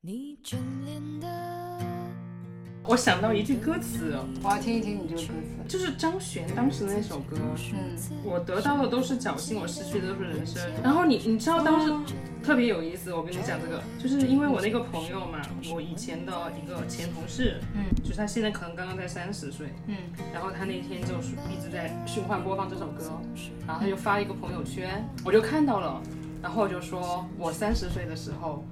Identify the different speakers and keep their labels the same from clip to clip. Speaker 1: 你眷恋的
Speaker 2: 我想到一句歌词，
Speaker 3: 我要听一听你这个歌词。
Speaker 2: 就是张悬当时的那首歌。
Speaker 3: 嗯，
Speaker 2: 我得到的都是侥幸，我失去的都是人生。然后你你知道当时特别有意思，我跟你讲这个，就是因为我那个朋友嘛，我以前的一个前同事，
Speaker 3: 嗯，
Speaker 2: 就是他现在可能刚刚在三十岁，
Speaker 3: 嗯，
Speaker 2: 然后他那天就是一直在循环播放这首歌，然后他就发了一个朋友圈，我就看到了，然后我就说我三十岁的时候，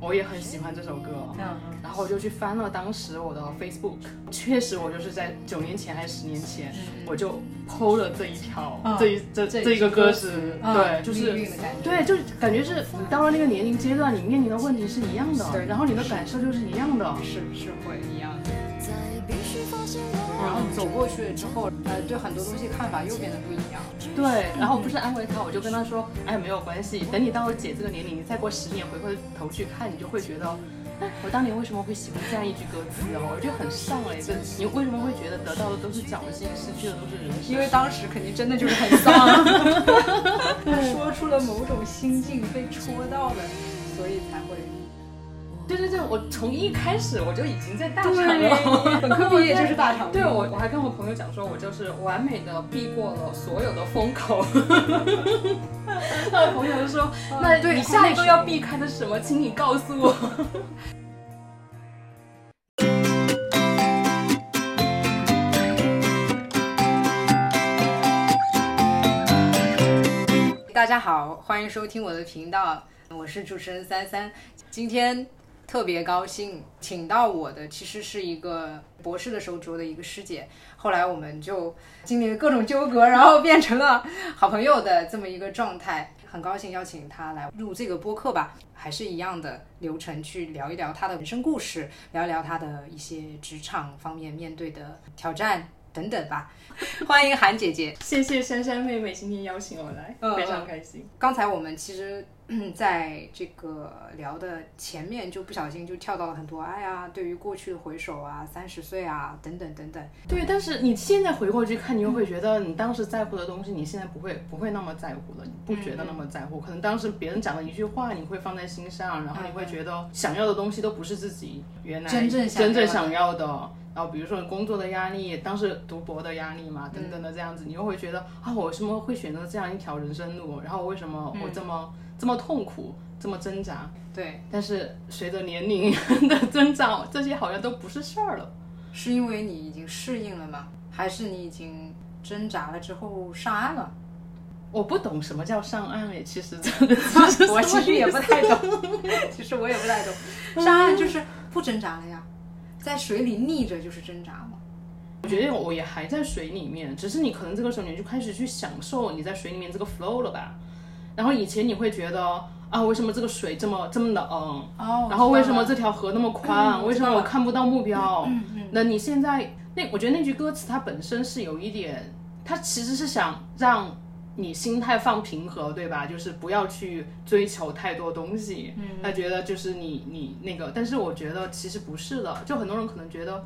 Speaker 2: 我也很喜欢这首歌，
Speaker 3: 嗯，
Speaker 2: 然后我就去翻了当时我的 Facebook，确实我就是在九年前还是十年前，我就剖了这一条、
Speaker 3: 嗯
Speaker 2: 这一这
Speaker 3: 这
Speaker 2: 这一个歌词，
Speaker 3: 嗯
Speaker 2: 对，就是
Speaker 3: 命运的感觉。
Speaker 2: 对，就是感觉是你到了那个年龄阶段，你面临的问题是一样的，
Speaker 3: 对
Speaker 2: 然后你的感受就是一样的。
Speaker 3: 是是会一样的。
Speaker 1: 在必须发现
Speaker 3: 然
Speaker 1: 的
Speaker 3: 后走过去之后，呃，对很多东西看法又变得不一样。
Speaker 2: 对，然后我不是安慰他，我就跟他说，哎，没有关系，等你到我姐这个年龄，你再过十年回过头去看，你就会觉得。哎，我当年为什么会喜欢这样一句歌词哦？我就很上哎，这你为什么会觉得得到的都是侥幸，失去的都是人生？
Speaker 3: 因为当时肯定真的就是很 丧，说出了某种心境被戳到了，所以才会。
Speaker 2: 对对对，我从一开始我就已经在大厂了。
Speaker 3: 本 科毕业就是大厂。
Speaker 2: 对，我我还跟我朋友讲说，我就是完美的避过了所有的风 口。那我朋友就说，嗯那
Speaker 3: 对
Speaker 2: 你下一个要避开的是什么？请你告诉我。
Speaker 3: 大家好，欢迎收听我的频道，我是主持人三三。今天特别高兴，请到我的其实是一个博士的时候读的一个师姐，后来我们就经历了各种纠葛，然后变成了好朋友的这么一个状态。很高兴邀请她来录这个播客吧，还是一样的流程去聊一聊她的人生故事，聊一聊她的一些职场方面面对的挑战等等吧。欢迎韩姐姐。
Speaker 2: 谢谢珊珊妹妹今天邀请我来，
Speaker 3: 嗯
Speaker 2: 非常开心。
Speaker 3: 刚才我们其实 嗯在这个聊的前面就不小心就跳到了很多，哎呀，对于过去的回首啊，三十岁啊，等等等等，
Speaker 2: 对，但是你现在回过去看，你又会觉得你当时在乎的东西，你现在不会不会那么在乎了，你不觉得那么在乎。可能当时别人讲的一句话，你会放在心上，然后你会觉得想要的东西都不是自己原来
Speaker 3: 真正想要
Speaker 2: 真
Speaker 3: 的
Speaker 2: 正想要的。然后比如说你工作的压力，当时读博的压力嘛，等等的这样子，你又会觉得啊，我为什么会选择这样一条人生路？然后为什么我这么、这么痛苦，这么挣扎？
Speaker 3: 对，
Speaker 2: 但是随着年龄的增长，这些好像都不是事儿了。
Speaker 3: 是因为你已经适应了吗？还是你已经挣扎了之后上岸了？
Speaker 2: 我不懂什么叫上岸诶，其实
Speaker 3: 我其实也不太懂， 其实我也不太懂，上岸就是不挣扎了呀，在水里逆着就是挣扎嘛。
Speaker 2: 我觉得我也还在水里面，只是你可能这个时候你就开始去享受你在水里面这个 flow 了吧。然后以前你会觉得啊，为什么这个水这么这么冷？
Speaker 3: 哦
Speaker 2: 嗯然后为什么这条河那么宽？
Speaker 3: 嗯
Speaker 2: 为什么我看不到目标？
Speaker 3: 嗯嗯
Speaker 2: 那你现在那我觉得那句歌词它本身是有一点，它其实是想让你心态放平和，对吧？就是不要去追求太多东西。嗯，他觉得就是你你那个，但是我觉得其实不是的，就很多人可能觉得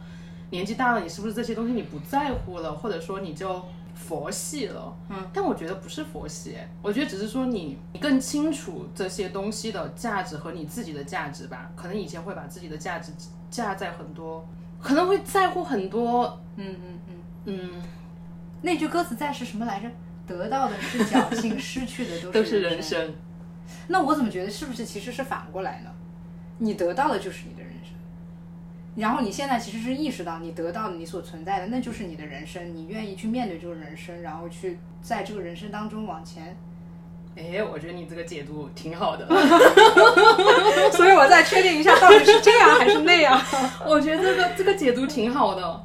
Speaker 2: 年纪大了，你是不是这些东西你不在乎了，或者说你就。佛系了，嗯，但我觉得不是佛系，我觉得只是说你你更清楚这些东西的价值和你自己的价值吧。可能以前会把自己的价值架在很多可能会在乎很多，
Speaker 3: 嗯嗯嗯，
Speaker 2: 嗯，
Speaker 3: 那句歌词在是什么来着？得到的是 侥幸，失去的都是
Speaker 2: 都是人
Speaker 3: 人生。
Speaker 2: 生。
Speaker 3: 那我怎么觉得是不是其实是反过来呢？你得到的就是你的人生，然后你现在其实是意识到你得到的你所存在的那就是你的人生，你愿意去面对这个人生，然后去在这个人生当中往前。
Speaker 2: 哎，我觉得你这个解读挺好的。
Speaker 3: 所以我再确定一下，到底是这样还是那样。
Speaker 2: 我觉得这个这个解读挺好的。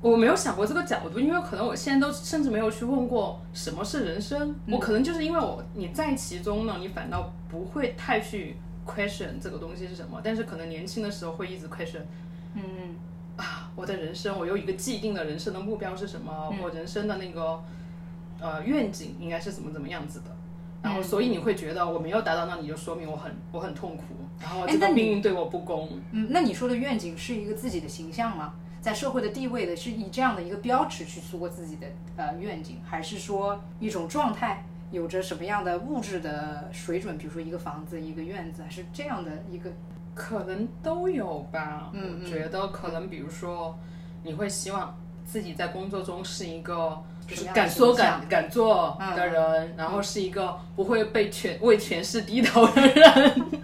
Speaker 2: 我没有想过这个角度，因为可能我现在都甚至没有去问过什么是人生。我可能就是因为我你在其中呢，你反倒不会太去 question 这个东西是什么，但是可能年轻的时候会一直 question。
Speaker 3: 嗯
Speaker 2: 啊，我的人生，我有一个既定的人生的目标是什么？
Speaker 3: 嗯
Speaker 2: 我人生的那个呃愿景应该是怎么怎么样子的？然
Speaker 3: 嗯
Speaker 2: 后，所以你会觉得我没有达到，那你就说明我很我很痛苦，然后这
Speaker 3: 哎
Speaker 2: 个
Speaker 3: 那你
Speaker 2: 命运对我不公。
Speaker 3: 嗯，那你说的愿景是一个自己的形象吗？在社会的地位的是以这样的一个标尺去做自己的呃愿景，还是说一种状态，有着什么样的物质的水准，比如说一个房子、一个院子，还是这样的一个
Speaker 2: 可能都有吧。
Speaker 3: 嗯
Speaker 2: 我
Speaker 3: 嗯
Speaker 2: 觉得可能比如说，你会希望自己在工作中是一个。就
Speaker 3: 什
Speaker 2: 是
Speaker 3: 么样的
Speaker 2: 敢说
Speaker 3: 形象
Speaker 2: 敢敢做
Speaker 3: 嗯
Speaker 2: 的人，然后是一个不会被权为权势低头的人，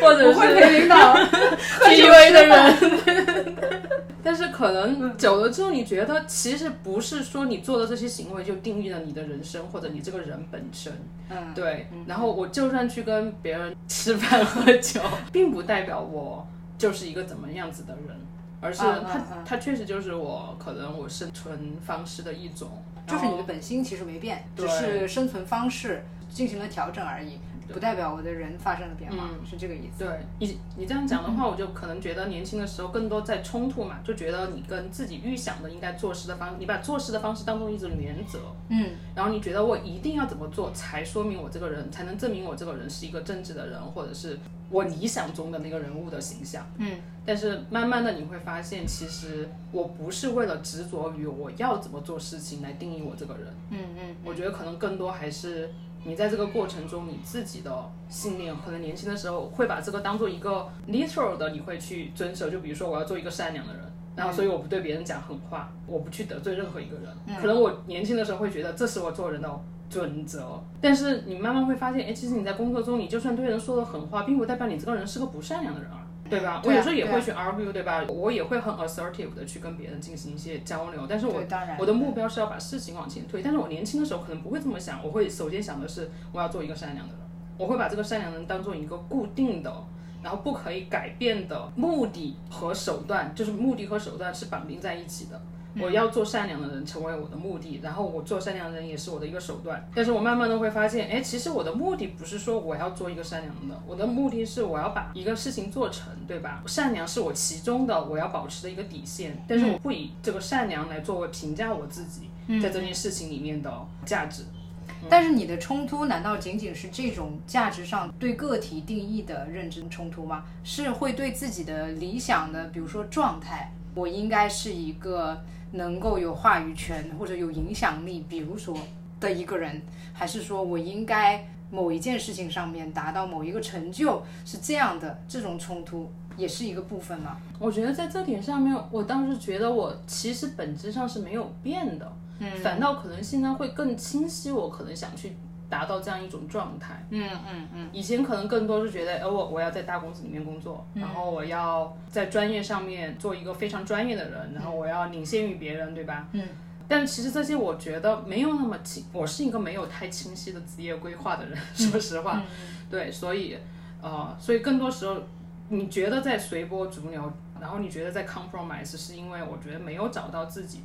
Speaker 2: 或者是
Speaker 3: 不会被 领导
Speaker 2: PUA 的人。 但是可能
Speaker 3: 嗯
Speaker 2: 久了之后，你觉得其实不是说你做的这些行为就定义了你的人生或者你这个人本身。
Speaker 3: 嗯，
Speaker 2: 对
Speaker 3: 嗯，
Speaker 2: 然后我就算去跟别人吃饭喝酒，并不代表我就是一个怎么样子的人，而是
Speaker 3: 嗯嗯
Speaker 2: 他
Speaker 3: 嗯
Speaker 2: 他确实就是我，可能我生存方式的一种，
Speaker 3: 就是
Speaker 2: 然
Speaker 3: 你
Speaker 2: 后
Speaker 3: 的本心其实没变，只
Speaker 2: 对
Speaker 3: 是生存方式进行了调整而已，不代表我的人发生了变化，
Speaker 2: 嗯
Speaker 3: 是这个意思。
Speaker 2: 对你，你这样讲的话，我就可能觉得年轻的时候更多在冲突嘛，就觉得你跟自己预想的应该做事的方，你把做事的方式当做一种原则，
Speaker 3: 嗯，
Speaker 2: 然后你觉得我一定要怎么做才说明我这个人，才能证明我这个人是一个正直的人，或者是我理想中的那个人物的形象。
Speaker 3: 嗯，
Speaker 2: 但是慢慢的你会发现，其实我不是为了执着于我要怎么做事情来定义我这个人。
Speaker 3: 嗯嗯
Speaker 2: 我觉得可能更多还是你在这个过程中你自己的信念，可能年轻的时候会把这个当做一个 literal 的，你会去遵守。就比如说我要做一个善良的人，然
Speaker 3: 嗯
Speaker 2: 后所以我不对别人讲狠话，我不去得罪任何一个人。可能我年轻的时候会觉得这是我做人的。准则，但是你慢慢会发现，哎，其实你在工作中，你就算对人说了狠话，并不代表你这个人是个不善良的人啊，对吧？
Speaker 3: 对啊
Speaker 2: 我有时候也
Speaker 3: 对啊
Speaker 2: 会去 argue，对吧？我也会很 assertive 的去跟别人进行一些交流，但是我
Speaker 3: 对，当然
Speaker 2: 我的目标是要把事情往前推，但是我年轻的时候可能不会这么想，我会首先想的是我要做一个善良的人，我会把这个善良的人当做一个固定的，然后不可以改变的目的和手段，就是目的和手段是绑定在一起的。我要做善良的人成为我的目的，然后我做善良的人也是我的一个手段。但是我慢慢的会发现，哎，其实我的目的不是说我要做一个善良的，我的目的是我要把一个事情做成，对吧？善良是我其中的我要保持的一个底线，但是我不以这个善良来作为评价我自己在这件事情里面的价值。
Speaker 3: 但是你的冲突难道仅仅是这种价值上对个体定义的认知冲突吗？是会对自己的理想的，比如说状态，我应该是一个能够有话语权或者有影响力，比如说的一个人，还是说我应该某一件事情上面达到某一个成就，是这样的这种冲突也是一个部分吗？
Speaker 2: 我觉得在这点上面，我倒是觉得我其实本质上是没有变的，嗯，反倒可能现在会更清晰，我可能想去达到这样一种状态。
Speaker 3: 嗯嗯嗯
Speaker 2: 以前可能更多是觉得，呃，我我要在大公司里面工作，
Speaker 3: 嗯
Speaker 2: 然后我要在专业上面做一个非常专业的人，然后我要领先于别人，对吧？
Speaker 3: 嗯。
Speaker 2: 但其实这些我觉得没有那么清，我是一个没有太清晰的职业规划的人，说实
Speaker 3: 嗯
Speaker 2: 话，对，所以，呃，所以更多时候，你觉得在随波逐流，然后你觉得在 compromise，是因为我觉得没有找到自己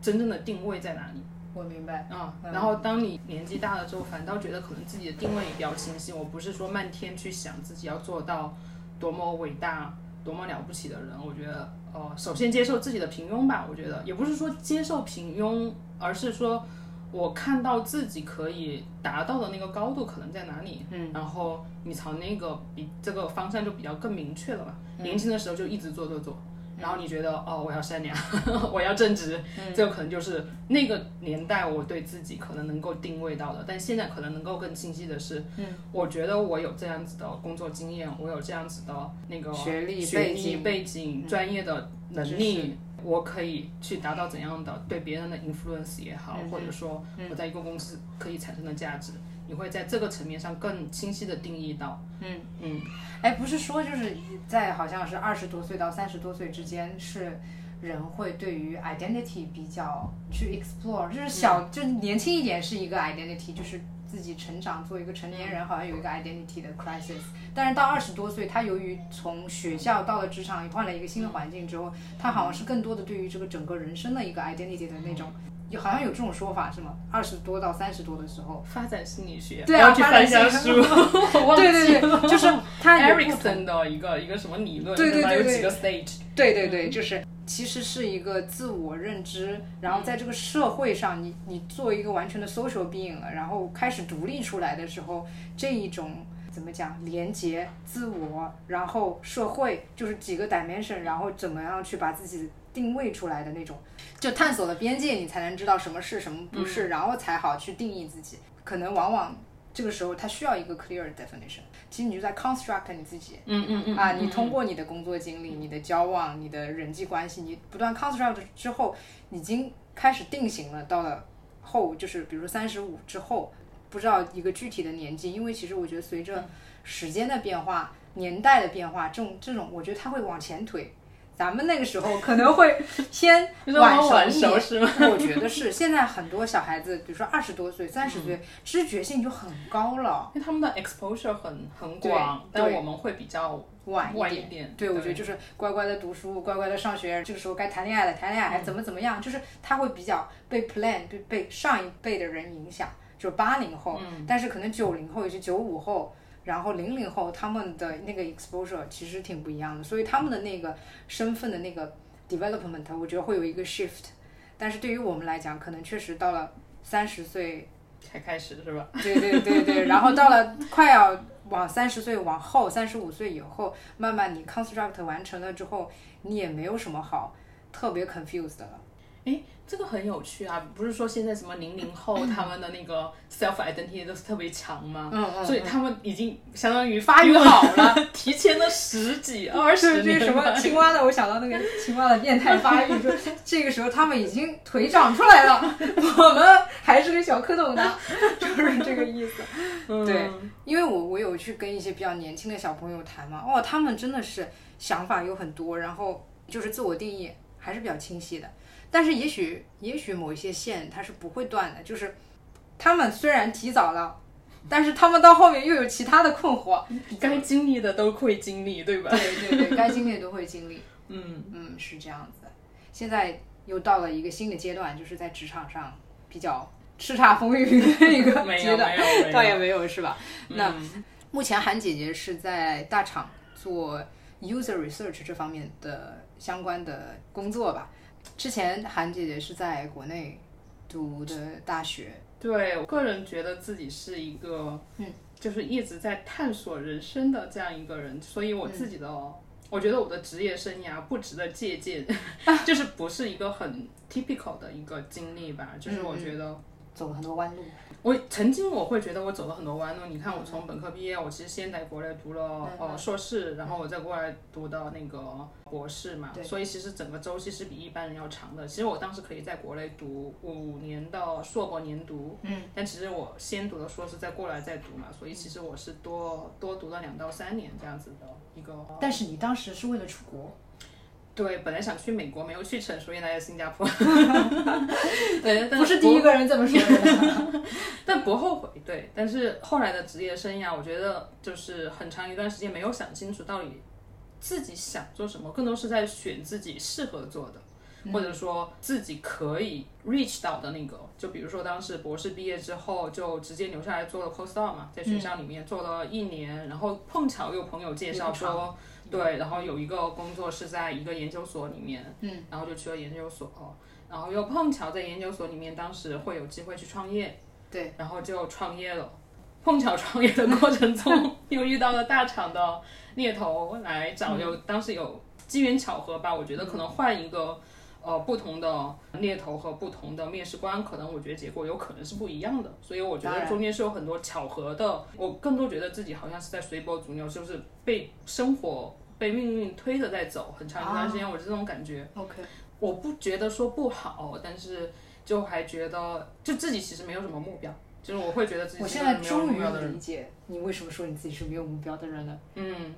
Speaker 2: 真正的定位在哪里。
Speaker 3: 我明白。
Speaker 2: 啊
Speaker 3: 嗯，
Speaker 2: 然后当你年纪大了之后，反倒觉得可能自己的定位也比较清晰。我不是说漫天去想自己要做到多么伟大、多么了不起的人。我觉得，呃，首先接受自己的平庸吧。我觉得也不是说接受平庸，而是说我看到自己可以达到的那个高度可能在哪里，嗯，然后你朝那个比这个方向就比较更明确了吧。
Speaker 3: 嗯
Speaker 2: 年轻的时候就一直做做做。然后你觉得哦，我要善良， 我要正直，
Speaker 3: 嗯
Speaker 2: 这个可能就是那个年代我对自己可能能够定位到的，但现在可能能够更清晰的是，嗯，我觉得我有这样子的工作经验，我有这样子的那个
Speaker 3: 学历
Speaker 2: 学
Speaker 3: 背景嗯
Speaker 2: 背景、专业的能
Speaker 3: 知
Speaker 2: 力。我可以去达到怎样的对别人的 influence 也好，
Speaker 3: 嗯
Speaker 2: 或者说我在一个公司可以产生的价值，你会在这个层面上更清晰的定义到。嗯嗯，
Speaker 3: 哎，不是说就是在好像是二十多岁到三十多岁之间是。人会对于 identity 比较去 explore，就是小、
Speaker 2: 嗯
Speaker 3: 就是年轻一点是一个 identity，就是自己成长做一个成年人，好像有一个 identity 的 crisis。但是到二十多岁，他由于从学校到了职场，换了一个新的环境之后，他好像是更多的对于这个整个人生的一个 identity 的那种，
Speaker 2: 嗯
Speaker 3: 有好像有这种说法是吗？二十多到三十多的时候，
Speaker 2: 哦发展心理学，
Speaker 3: 对
Speaker 2: 我
Speaker 3: 啊，
Speaker 2: 要去翻一下
Speaker 3: 发展
Speaker 2: 书， 我忘记
Speaker 3: 对对
Speaker 2: 了
Speaker 3: 对，就是他有不同
Speaker 2: Erickson 的一个一个什么理论，
Speaker 3: 对对
Speaker 2: 吧
Speaker 3: 对
Speaker 2: 有
Speaker 3: 对
Speaker 2: 几个 stage，
Speaker 3: 对对对，就是其实是一个自我认知，然后在这个社会上，你你做一个完全的 social being 了，然后开始独立出来的时候，这一种怎么讲，连接自我，然后社会，就是几个 dimension，然后怎么样去把自己定位出来的那种，就探索了边界，你才能知道什么是什么不是，然后才好去定义自己。可能往往这个时候它需要一个 clear definition。其实你就在 construct 你自己
Speaker 2: 嗯嗯嗯
Speaker 3: 啊，
Speaker 2: 嗯
Speaker 3: 你
Speaker 2: 嗯
Speaker 3: 通过你的工作经历、你的交往、你的人际关系，你不断 construct 之后，已经开始定型了。到了后，就是比如说三十五之后，不知道一个具体的年纪，因为其实我觉得随着
Speaker 2: 嗯
Speaker 3: 时间的变化、年代的变化，这种这种，我觉得它会往前推。咱们那个时候可能会先
Speaker 2: 你说我们
Speaker 3: 晚
Speaker 2: 晚熟
Speaker 3: 熟
Speaker 2: 是
Speaker 3: 一点，我觉得是。现在很多小孩子，比如说二十多岁、三十
Speaker 2: 嗯
Speaker 3: 岁，知觉性就很高了，
Speaker 2: 因为他们的 exposure 很很广，
Speaker 3: 对
Speaker 2: 但
Speaker 3: 对
Speaker 2: 我们会比较
Speaker 3: 晚一
Speaker 2: 晚
Speaker 3: 点
Speaker 2: 一。点。
Speaker 3: 对，我觉得就是乖乖的读书，乖乖的上学，这个时候该谈恋爱了，谈恋爱还怎么怎么样，就是他会比较被 plan 被被上一辈的人影响，就是八零后，但是可能九零后也是九五后。然后零零后他们的那个 exposure 其实挺不一样的，所以他们的那个身份的那个 development，我觉得会有一个 shift。但是对于我们来讲，可能确实到了三十岁
Speaker 2: 才开始是吧？
Speaker 3: 对对对对，然后到了快要往三十岁往后，三十五岁以后，慢慢你 construct 完成了之后，你也没有什么好特别 confused 的了。
Speaker 2: 哎，这个很有趣啊！不是说现在什么零零后他们的那个 self identity 都是特别强吗？
Speaker 3: 嗯嗯
Speaker 2: 所以他们已经相当于
Speaker 3: 发育好 了，
Speaker 2: 提前了十几二十
Speaker 3: 这
Speaker 2: 年
Speaker 3: 个什么
Speaker 2: 吧
Speaker 3: 青蛙的，我想到那个青蛙的变态发 育，就这个时候他们已经腿长出来了，我们还是个小蝌蚪呢， 就是这个意思。
Speaker 2: 嗯
Speaker 3: 对，因为我我有去跟一些比较年轻的小朋友谈嘛，哦，他们真的是想法有很多，然后就是自我定义还是比较清晰的。但是也许也许某一些线它是不会断的，就是他们虽然提早了，但是他们到后面又有其他的困惑。
Speaker 2: 该经历的都会经历， 对吧？
Speaker 3: 对对对，该经历的都会经历。
Speaker 2: 嗯，
Speaker 3: 嗯，是这样子。现在又到了一个新的阶段，就是在职场上比较叱咤风 云的一个
Speaker 2: 没有
Speaker 3: 阶段
Speaker 2: 没有没，有
Speaker 3: 倒也没有是吧？那
Speaker 2: 嗯
Speaker 3: 目前韩姐姐是在大厂做 user research 这方面的相关的工作吧？之前韩姐姐是在国内读的大学，
Speaker 2: 对我个人觉得自己是一个，
Speaker 3: 嗯，
Speaker 2: 就是一直在探索人生的这样一个人，所以我自己的，哦我觉得我的职业生涯不值得借鉴，就是不是一个很 typical 的一个经历吧，就是我觉得。
Speaker 3: 走了很多弯路。
Speaker 2: 我曾经我会觉得我走了很多弯路，你看我从本科毕业，我其实先在国内读了呃硕士，然后我再过来读到那个博士嘛，所以其实整个周期是比一般人要长的。其实我当时可以在国内读五年的硕博年读，嗯，但其实我先读的硕士，再过来再读嘛，所以其实我是多多读了两到三年这样子的一个。
Speaker 3: 但是你当时是为了出国，
Speaker 2: 对，本来想去美国，没有去成，所以来了新加坡。 对，呃但
Speaker 3: 不是第一个人这么说的。
Speaker 2: 但不后悔，对。但是后来的职业生涯，我觉得就是很长一段时间没有想清楚到底自己想做什么，更多是在选自己适合做的，或者说自己可以 reach 到的那个。就比如说当时博士毕业之后，就直接留下来做了 postdoc 嘛，在学校里面做了一年，然后碰巧有朋友介绍说。对，然后有一个工作是在一个研究所里面，嗯，然后就去了研究所，然后又碰巧在研究所里面，当时会有机会去创业，
Speaker 3: 对，
Speaker 2: 然后就创业了。碰巧创业的过程中， 又遇到了大厂的猎头来找，有当时有机缘巧合吧，我觉得可能换一个呃不同的猎头和不同的面试官，可能我觉得结果有可能是不一样的，所以我觉
Speaker 3: 当
Speaker 2: 得
Speaker 3: 然
Speaker 2: 中间是有很多巧合的。我更多觉得自己好像是在随波逐流，就是被生活、被命运推着在走，很长一段
Speaker 3: 啊
Speaker 2: 时间我是这 种感觉。
Speaker 3: OK，
Speaker 2: 我不觉得说不好，但是就还觉得就自己其实没有什么目标，就是我会觉得自己
Speaker 3: 我
Speaker 2: 是
Speaker 3: 现
Speaker 2: 一个
Speaker 3: 在
Speaker 2: 没有
Speaker 3: 终
Speaker 2: 目
Speaker 3: 于
Speaker 2: 标的人。
Speaker 3: 理解你为什么说你自己是没有目标的人了。
Speaker 2: 嗯，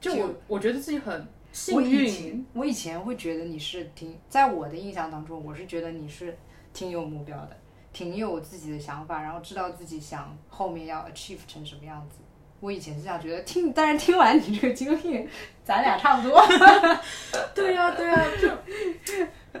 Speaker 2: 就
Speaker 3: 就
Speaker 2: 我我觉得自己很
Speaker 3: 我
Speaker 2: 幸
Speaker 3: 以
Speaker 2: 运，
Speaker 3: 前我以前会觉得你是挺，在我的印象当中，我是觉得你是挺有目标的，挺有自己的想法，然后知道自己想后面要 achieve 成什么样子。我以前是这样觉得，听，但是听完你这个经历，咱俩差不多。
Speaker 2: 对呀、对呀、就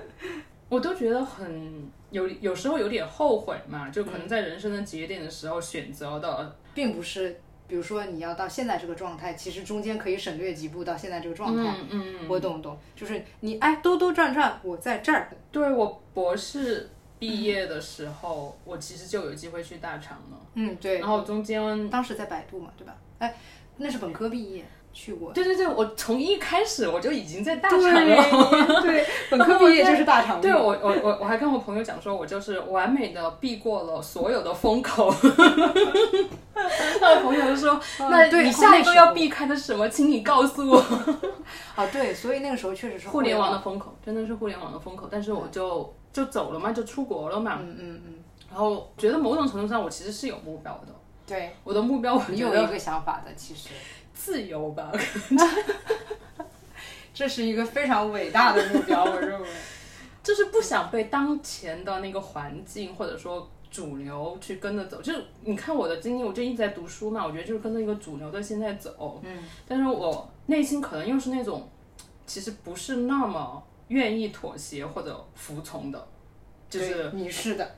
Speaker 2: 我都觉得很有有时候有点后悔嘛，就可能在人生的节点的时候选择
Speaker 3: 嗯
Speaker 2: 的，
Speaker 3: 并不是，比如说你要到现在这个状态，其实中间可以省略几步到现在这个状态。
Speaker 2: 嗯嗯，
Speaker 3: 我懂懂，就是你哎兜兜转转，我在这儿。
Speaker 2: 对我博士毕业的时候，我其实就有机会去大厂了，
Speaker 3: 嗯，对
Speaker 2: 然。后中间
Speaker 3: 当时在百度嘛，对吧？哎，那是本科毕业。去过。
Speaker 2: 对对对，我从一开始我就已经在大厂了。
Speaker 3: 对对，本科毕业就是大厂。
Speaker 2: 对我，我我我还跟我朋友讲说，我就是完美的避过了所有的风口。 那我朋友就说：“那
Speaker 3: 嗯对
Speaker 2: 你下一
Speaker 3: 那
Speaker 2: 个
Speaker 3: 时候
Speaker 2: 要避开的是什么？请你告诉我。
Speaker 3: 啊，对，所以那个时候确实是
Speaker 2: 互联网的风口真的是互联网的风口，但是我就就走了嘛，就出国了嘛。
Speaker 3: 嗯嗯嗯，
Speaker 2: 然后觉得某种程度上，我其实是有目标的。
Speaker 3: 对，
Speaker 2: 我的目标，我
Speaker 3: 你
Speaker 2: 觉
Speaker 3: 有
Speaker 2: 得
Speaker 3: 一个想法的，其实
Speaker 2: 自由吧。
Speaker 3: 这是一个非常伟大的目标，我认为。
Speaker 2: 就是不想被当前的那个环境或者说主流去跟着走。就是你看我的经历，我就一直在读书嘛，我觉得就是跟着一个主流的现在走。嗯，但是我内心可能又是那种，其实不是那么愿意妥协或者服从的，就是
Speaker 3: 对你是 的，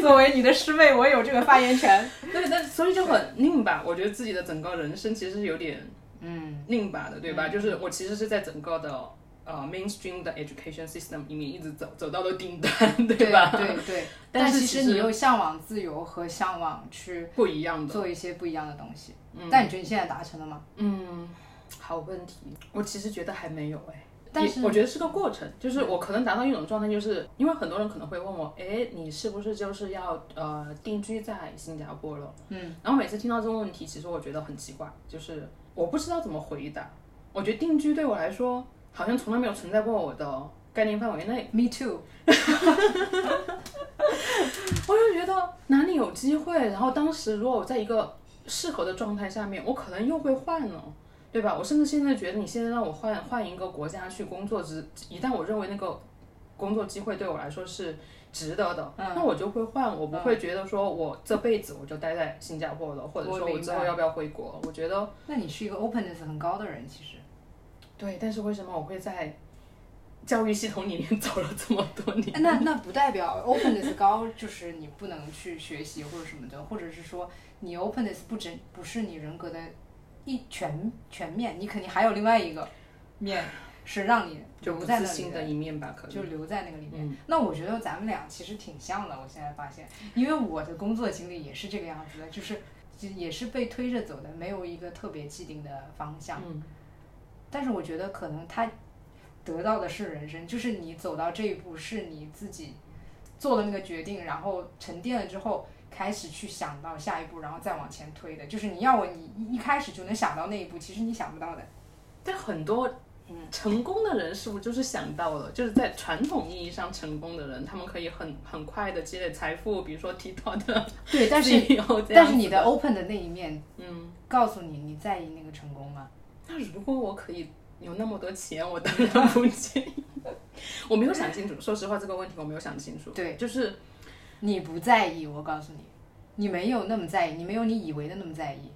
Speaker 3: 作为你的师妹，我有这个发言 权。
Speaker 2: 对，但所以就很拧巴。我觉得自己的整个人生其实是有点嗯拧巴的，对吧？就是我其实是在整个的呃 mainstream 的 education system 里面一直走，走到了顶端， 吧？
Speaker 3: 对对 对，
Speaker 2: 但
Speaker 3: 但
Speaker 2: 是
Speaker 3: 其
Speaker 2: 其
Speaker 3: 实
Speaker 2: 实
Speaker 3: 你又向往自由和向往去
Speaker 2: 不一样的。嗯
Speaker 3: 做一些不一样的东西。但你觉得你现在达成了吗？
Speaker 2: 好问题，我其实觉得还没有哎。
Speaker 3: 但
Speaker 2: 是我觉得是个过程，就是我可能达到一种状态，就是因为很多人可能会问我，哎，你是不是就是要呃定居在新加坡了？嗯，然后每次听到这个问题，其实我觉得很奇怪，就是我不知道怎么回答。我觉得定居对我来说，好像从来没有存在过我的概念范围内。
Speaker 3: Me too。
Speaker 2: 我就觉得哪里有机会，然后当时如果我在一个适合的状态下面，我可能又会换呢，对吧？我甚至现在觉得，你现在让我换换一个国家去工作，只一旦我认为那个工作机会对我来说是值得的，
Speaker 3: 嗯
Speaker 2: 那我就会换，我不会觉得说我这辈子我就待在新加坡了，或者
Speaker 3: 我
Speaker 2: 说我
Speaker 3: 明
Speaker 2: 之
Speaker 3: 白
Speaker 2: 后要不要回国？我觉得
Speaker 3: 那你是一个 openness 很高的人，其实。
Speaker 2: 对，但是为什么我会在教育系统里面走了这么多年？
Speaker 3: 哎那那不代表 openness 高就是你不能去学习或者什么的，或者是说你 openness 不整不是你人格的一全全面，你肯定还有另外一个面是让你
Speaker 2: 就
Speaker 3: 留
Speaker 2: 不
Speaker 3: 在
Speaker 2: 自
Speaker 3: 那里
Speaker 2: 信的一面吧，可能
Speaker 3: 就留在那个里面。那我觉得咱们俩其实挺像的，我现在发现，因为我的工作经历也是这个样子的，就是就也是被推着走的，没有一个特别既定的方向。
Speaker 2: 嗯
Speaker 3: 但是我觉得可能他得到的是人生，就是你走到这一步是你自己做了那个决定，然后沉淀了之后。开始去想到下一步，然后再往前推的，就是你要我你一一开始就能想到那一步，其实你想不到的。
Speaker 2: 但很多成功的人是不是就是想到了，就是在传统意义上成功的人，他们可以很很快的积累财富，比如说 TikTok 的
Speaker 3: 对， 但是
Speaker 2: CEO 这样
Speaker 3: 但是你的 open 的那一面，
Speaker 2: 嗯，
Speaker 3: 告诉你你在意那个成功吗？
Speaker 2: 那如果我可以有那么多钱，我当然不介意。 我没有想清楚，说实话这个问题我没有想清楚。
Speaker 3: 对
Speaker 2: 就是
Speaker 3: 你不在意，我告诉你，你没有那么在意，你没有你以为的那么在意。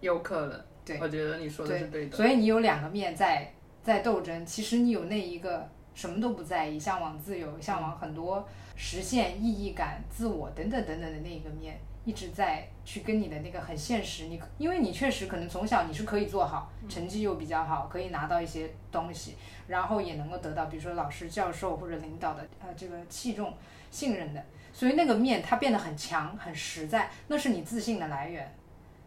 Speaker 2: 有可能。
Speaker 3: 对
Speaker 2: 我觉得你说的是对的。
Speaker 3: 所以你有两个面在在斗争，其实你有那一个什么都不在意，向往自由，向往很多实现意义感、自我等等等等的那一个面，一直在去跟你的那个很现实，你因为你确实可能从小你是可以做好，
Speaker 2: 嗯
Speaker 3: 成绩又比较好，可以拿到一些东西，然后也能够得到比如说老师、教授或者领导的呃这个器重、信任的。所以那个面它变得很强、很实在，那是你自信的来源，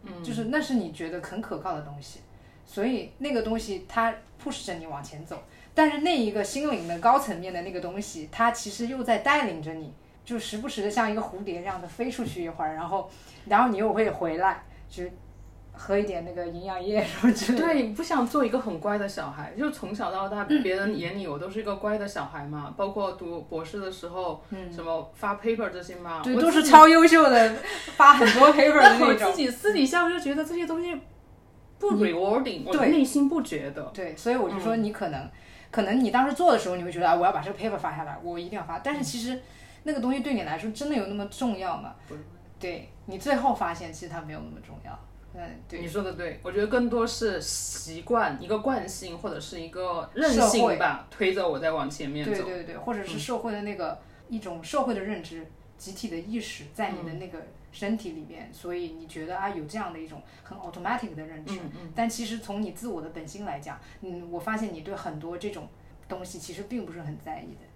Speaker 2: 嗯，
Speaker 3: 就是那是你觉得很可靠的东西。所以那个东西它 push 着你往前走，但是那一个心灵的高层面的那个东西，它其实又在带领着你，就时不时的像一个蝴蝶这样的飞出去一会儿，然后，然后你又会回来，就喝一点那个营养液什么之 类的。
Speaker 2: 对，不想做一个很乖的小孩，就从小到
Speaker 3: 嗯
Speaker 2: 大，别人眼里我都是一个乖的小孩嘛。包括读博士的时候，什么发 paper 这些嘛，
Speaker 3: 嗯对，
Speaker 2: 我
Speaker 3: 都
Speaker 2: 自
Speaker 3: 是
Speaker 2: 己
Speaker 3: 超优秀的，发很多 paper 的
Speaker 2: 但我
Speaker 3: 那
Speaker 2: 自
Speaker 3: 种。
Speaker 2: 己私底下我就觉得这些东西不 rewarding，我
Speaker 3: 对
Speaker 2: 内心不觉得。
Speaker 3: 对，所以我就说
Speaker 2: 嗯
Speaker 3: 你可能，可能你当时做的时候，你会觉得啊，我要把这个 paper 发下来，我一定要发。
Speaker 2: 嗯
Speaker 3: 但是其实那个东西对你来说真的有那么重要吗？
Speaker 2: 不是
Speaker 3: 对你最后发现，其实它没有那么重要。嗯，对，
Speaker 2: 你说的对，我觉得更多是习惯、一个惯性或者是一个韧
Speaker 3: 社会
Speaker 2: 性吧，推着我在往前面
Speaker 3: 对
Speaker 2: 走。嗯
Speaker 3: 对对，或者是社会的那个、一种社会的认知、集体的意识在你的
Speaker 2: 嗯
Speaker 3: 那个身体里面，所以你觉得啊有这样的一种很 automatic 的认知，
Speaker 2: 嗯嗯，
Speaker 3: 但其实从你自我的本心来讲，嗯，我发现你对很多这种东西其实并不是很在意的。嗯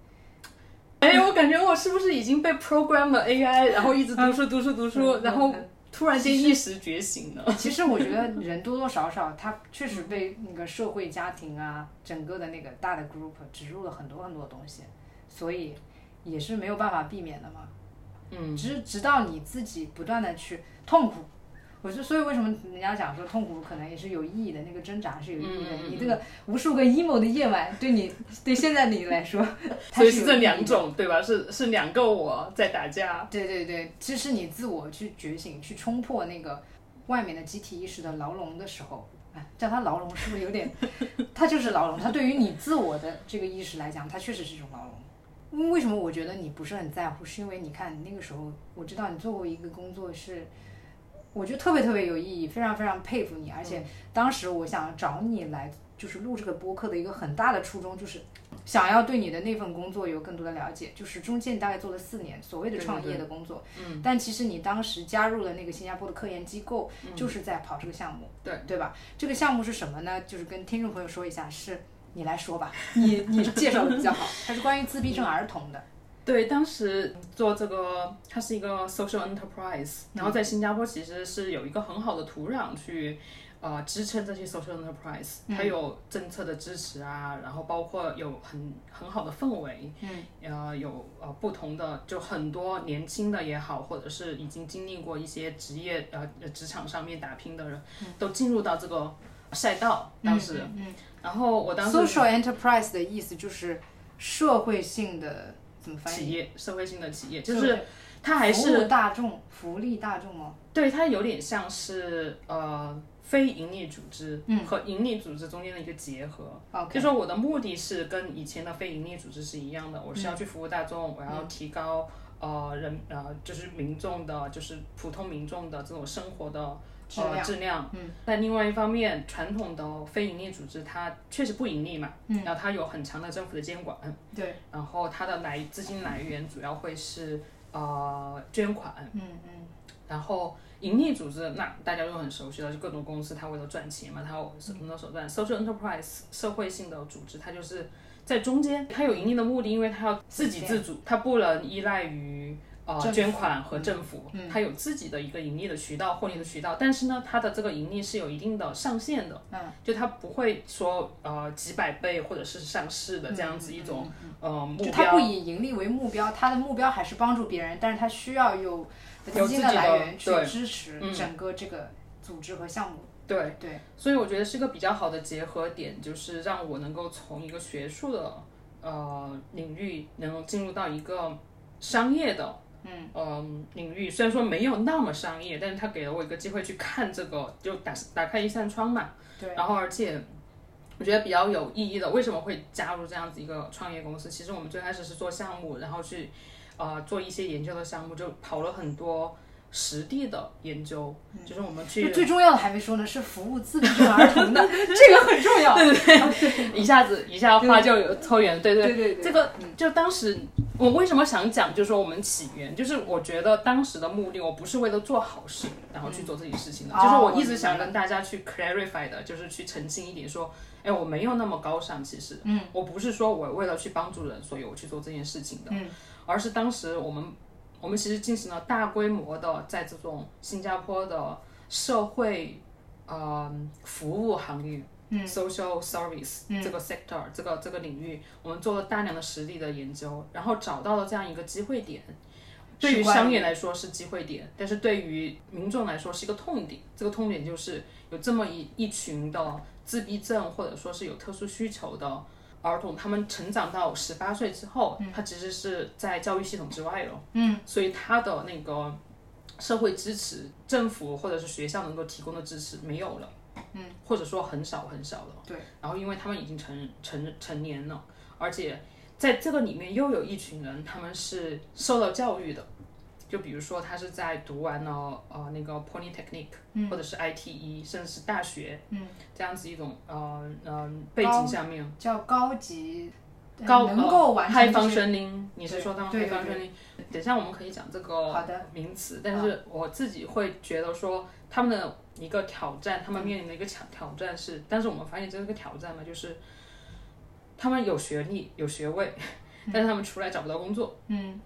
Speaker 2: 哎，我感觉我是不是已经被 program 了 AI，然后一直读书、读书、读书，然后突然间意识觉醒 了。
Speaker 3: 其实我觉得人多多少少，他确实被那个社会、家庭啊，整个的那个大的 group 植入了很多很多东西，所以也是没有办法避免的嘛。
Speaker 2: 嗯，
Speaker 3: 直直到你自己不断的去痛苦，我是所以为什么人家讲说痛苦可能也是有意义的，那个挣扎是有意义的。
Speaker 2: 嗯嗯嗯
Speaker 3: 你这个无数个 emo 的夜晚，对你 对现在的你 来说，它
Speaker 2: 所以
Speaker 3: 有
Speaker 2: 是
Speaker 3: 意
Speaker 2: 这
Speaker 3: 义
Speaker 2: 两
Speaker 3: 的。
Speaker 2: 种对吧？是是两个我在打架。
Speaker 3: 对对对，这是你自我去觉醒、去冲破那个外面的集体意识的牢笼的时候。哎，叫它牢笼是不是有点？ 它就是牢笼，它对于你自我的这个意识来讲，它确实是一种牢笼。嗯为什么我觉得你不是很在乎？是因为你看你那个时候，我知道你做过一个工作是，我觉得特别特别有意义，非常非常佩服你。而
Speaker 2: 嗯
Speaker 3: 且当时我想找你来，就是录这个播客的一个很大的初衷就是。想要对你的那份工作有更多的了解，就是中间你大概做了四年所谓的
Speaker 2: 对对
Speaker 3: 创业
Speaker 2: 对
Speaker 3: 的工作，
Speaker 2: 嗯
Speaker 3: 但其实你当时加入了那个新加坡的科研机构，
Speaker 2: 嗯
Speaker 3: 就是在跑这个项目，
Speaker 2: 对
Speaker 3: 对吧？这个项目是什么呢？就是跟听众朋友说一下，是你来说 吧，你你介绍的比较好。它是关于自闭症儿童的，
Speaker 2: 对，当时做这个，它是一个 social
Speaker 3: 嗯
Speaker 2: enterprise，然后在新加坡其实是有一个很好的土壤去。呃，支撑这些 social enterprise，它
Speaker 3: 嗯
Speaker 2: 有政策的支持啊，然后包括有很很好的氛围，
Speaker 3: 嗯，
Speaker 2: 呃，有呃不同的，就很多年轻的也好，或者是已经经历过一些职业呃职场上面打拼的人，都进入到这个赛道。当时，
Speaker 3: 嗯嗯
Speaker 2: 然后我当时
Speaker 3: social enterprise 的意思就是社会性的怎么翻
Speaker 2: 企
Speaker 3: 译？
Speaker 2: 业社会性的企业，
Speaker 3: 社
Speaker 2: 就
Speaker 3: 会
Speaker 2: 是它还
Speaker 3: 服
Speaker 2: 是
Speaker 3: 务大众、福利大众吗？
Speaker 2: 对，它有点像是呃非盈利组织和盈利组织中间的一个结合。
Speaker 3: OK
Speaker 2: 就说我的目的是跟以前的非盈利组织是一样的，我是要去服务大众，我要提高呃人呃就是民众的，就是普通民众的这种生活的。
Speaker 3: 质
Speaker 2: 呃，
Speaker 3: 量
Speaker 2: 质量，嗯，但另外一方面，传统的非盈利组织它确实不盈利嘛，嗯，然后它有很强的政府的监管，
Speaker 3: 对，
Speaker 2: 然后它的来资金来源主要会是呃捐款，
Speaker 3: 嗯嗯，
Speaker 2: 然后盈利组织，那大家都很熟悉了，就各种公司，它为了赚钱嘛，它有很多手段。Social enterprise 嗯社会性的组织，它就是在中间，它有盈利的目的，因为它要自给自足，它不能依赖于。呃，
Speaker 3: 政府
Speaker 2: 捐款和政府，它有自己的一个盈利的渠道、获利的渠道，但是呢，它的这个盈利是有一定的上限的，嗯，就它不会说呃几百倍或者是上市的这样子一种、呃目
Speaker 3: 就
Speaker 2: 标，
Speaker 3: 它不以盈利为目标，它的目标还是帮助别人，但是它需要有资金的来源去
Speaker 2: 有自己的对
Speaker 3: 支持
Speaker 2: 嗯
Speaker 3: 整个这个组织和项目。
Speaker 2: 对，
Speaker 3: 对，
Speaker 2: 所以我觉得是个比较好的结合点，就是让我能够从一个学术的呃领域，能够进入到一个商业的嗯、呃、领域。虽然说没有那么商业，但是它给了我一个机会去看这个，就打打开一扇窗嘛。
Speaker 3: 对，
Speaker 2: 然后而且我觉得比较有意义的，为什么会加入这样子一个创业公司？其实我们最开始是做项目，然后去呃做一些研究的项目，就跑了很多实地的研究，
Speaker 3: 嗯
Speaker 2: 就是我们去
Speaker 3: 就最重要的还没说呢，是服务自闭症儿童 的，这个很重要。对
Speaker 2: 一下子一下话就有抽远，对
Speaker 3: 对
Speaker 2: 对
Speaker 3: 对对
Speaker 2: 这个就当时我为什么想讲，就是说我们起源，就是我觉得当时的目的，我不是为了做好事，然后去做这件事情的，
Speaker 3: 哦
Speaker 2: 就是我一直想
Speaker 3: 明白
Speaker 2: 跟大家去 clarify 的，就是去澄清一点说。哎，我没有那么高尚，其实，嗯，我不是说我为了去帮助人，所以我去做这件事情的，嗯，而是当时我们，我们其实进行了大规模的在这种新加坡的呃社会，呃，服务行业，social service、这个 sector 这个这个领域，我们做了大量的实地的研究，然后找到了这样一个机会点。对于
Speaker 3: 是关于
Speaker 2: 商业来说是机会点，但是对于民众来说是一个痛点。这个痛点就是有这么一一群的自闭症或者说是有特殊需求的儿童，他们成长到十八岁之后，他其实是在教育系统之外了。嗯，所以他的那个社会支持，政府或者是学校能够提供的支持没有了。或者说很少很少了。
Speaker 3: 对，
Speaker 2: 然后因为他们已经成成成年了，而且在这个里面又有一群人，他们是受到教育的，就比如说他是在读完了呃那个 polytechnic，、或者是 ITE，甚至是大学，嗯，这样子一种呃呃背景下面。
Speaker 3: 叫高级，呃
Speaker 2: 高
Speaker 3: 能够完成
Speaker 2: 嗨
Speaker 3: 这
Speaker 2: 方
Speaker 3: 些
Speaker 2: 声音，你是
Speaker 3: 对
Speaker 2: 说他们
Speaker 3: 对
Speaker 2: 嗨
Speaker 3: 对
Speaker 2: 方声音？等一下我们可以讲这
Speaker 3: 好
Speaker 2: 个
Speaker 3: 的
Speaker 2: 名词，但是我自己会觉得说他们的一个挑战，
Speaker 3: 嗯
Speaker 2: 他们面临的一个挑挑战是，但是我们发现这是个挑战嘛，就是他们有学历有学位，但是他们出来找不到工作，嗯，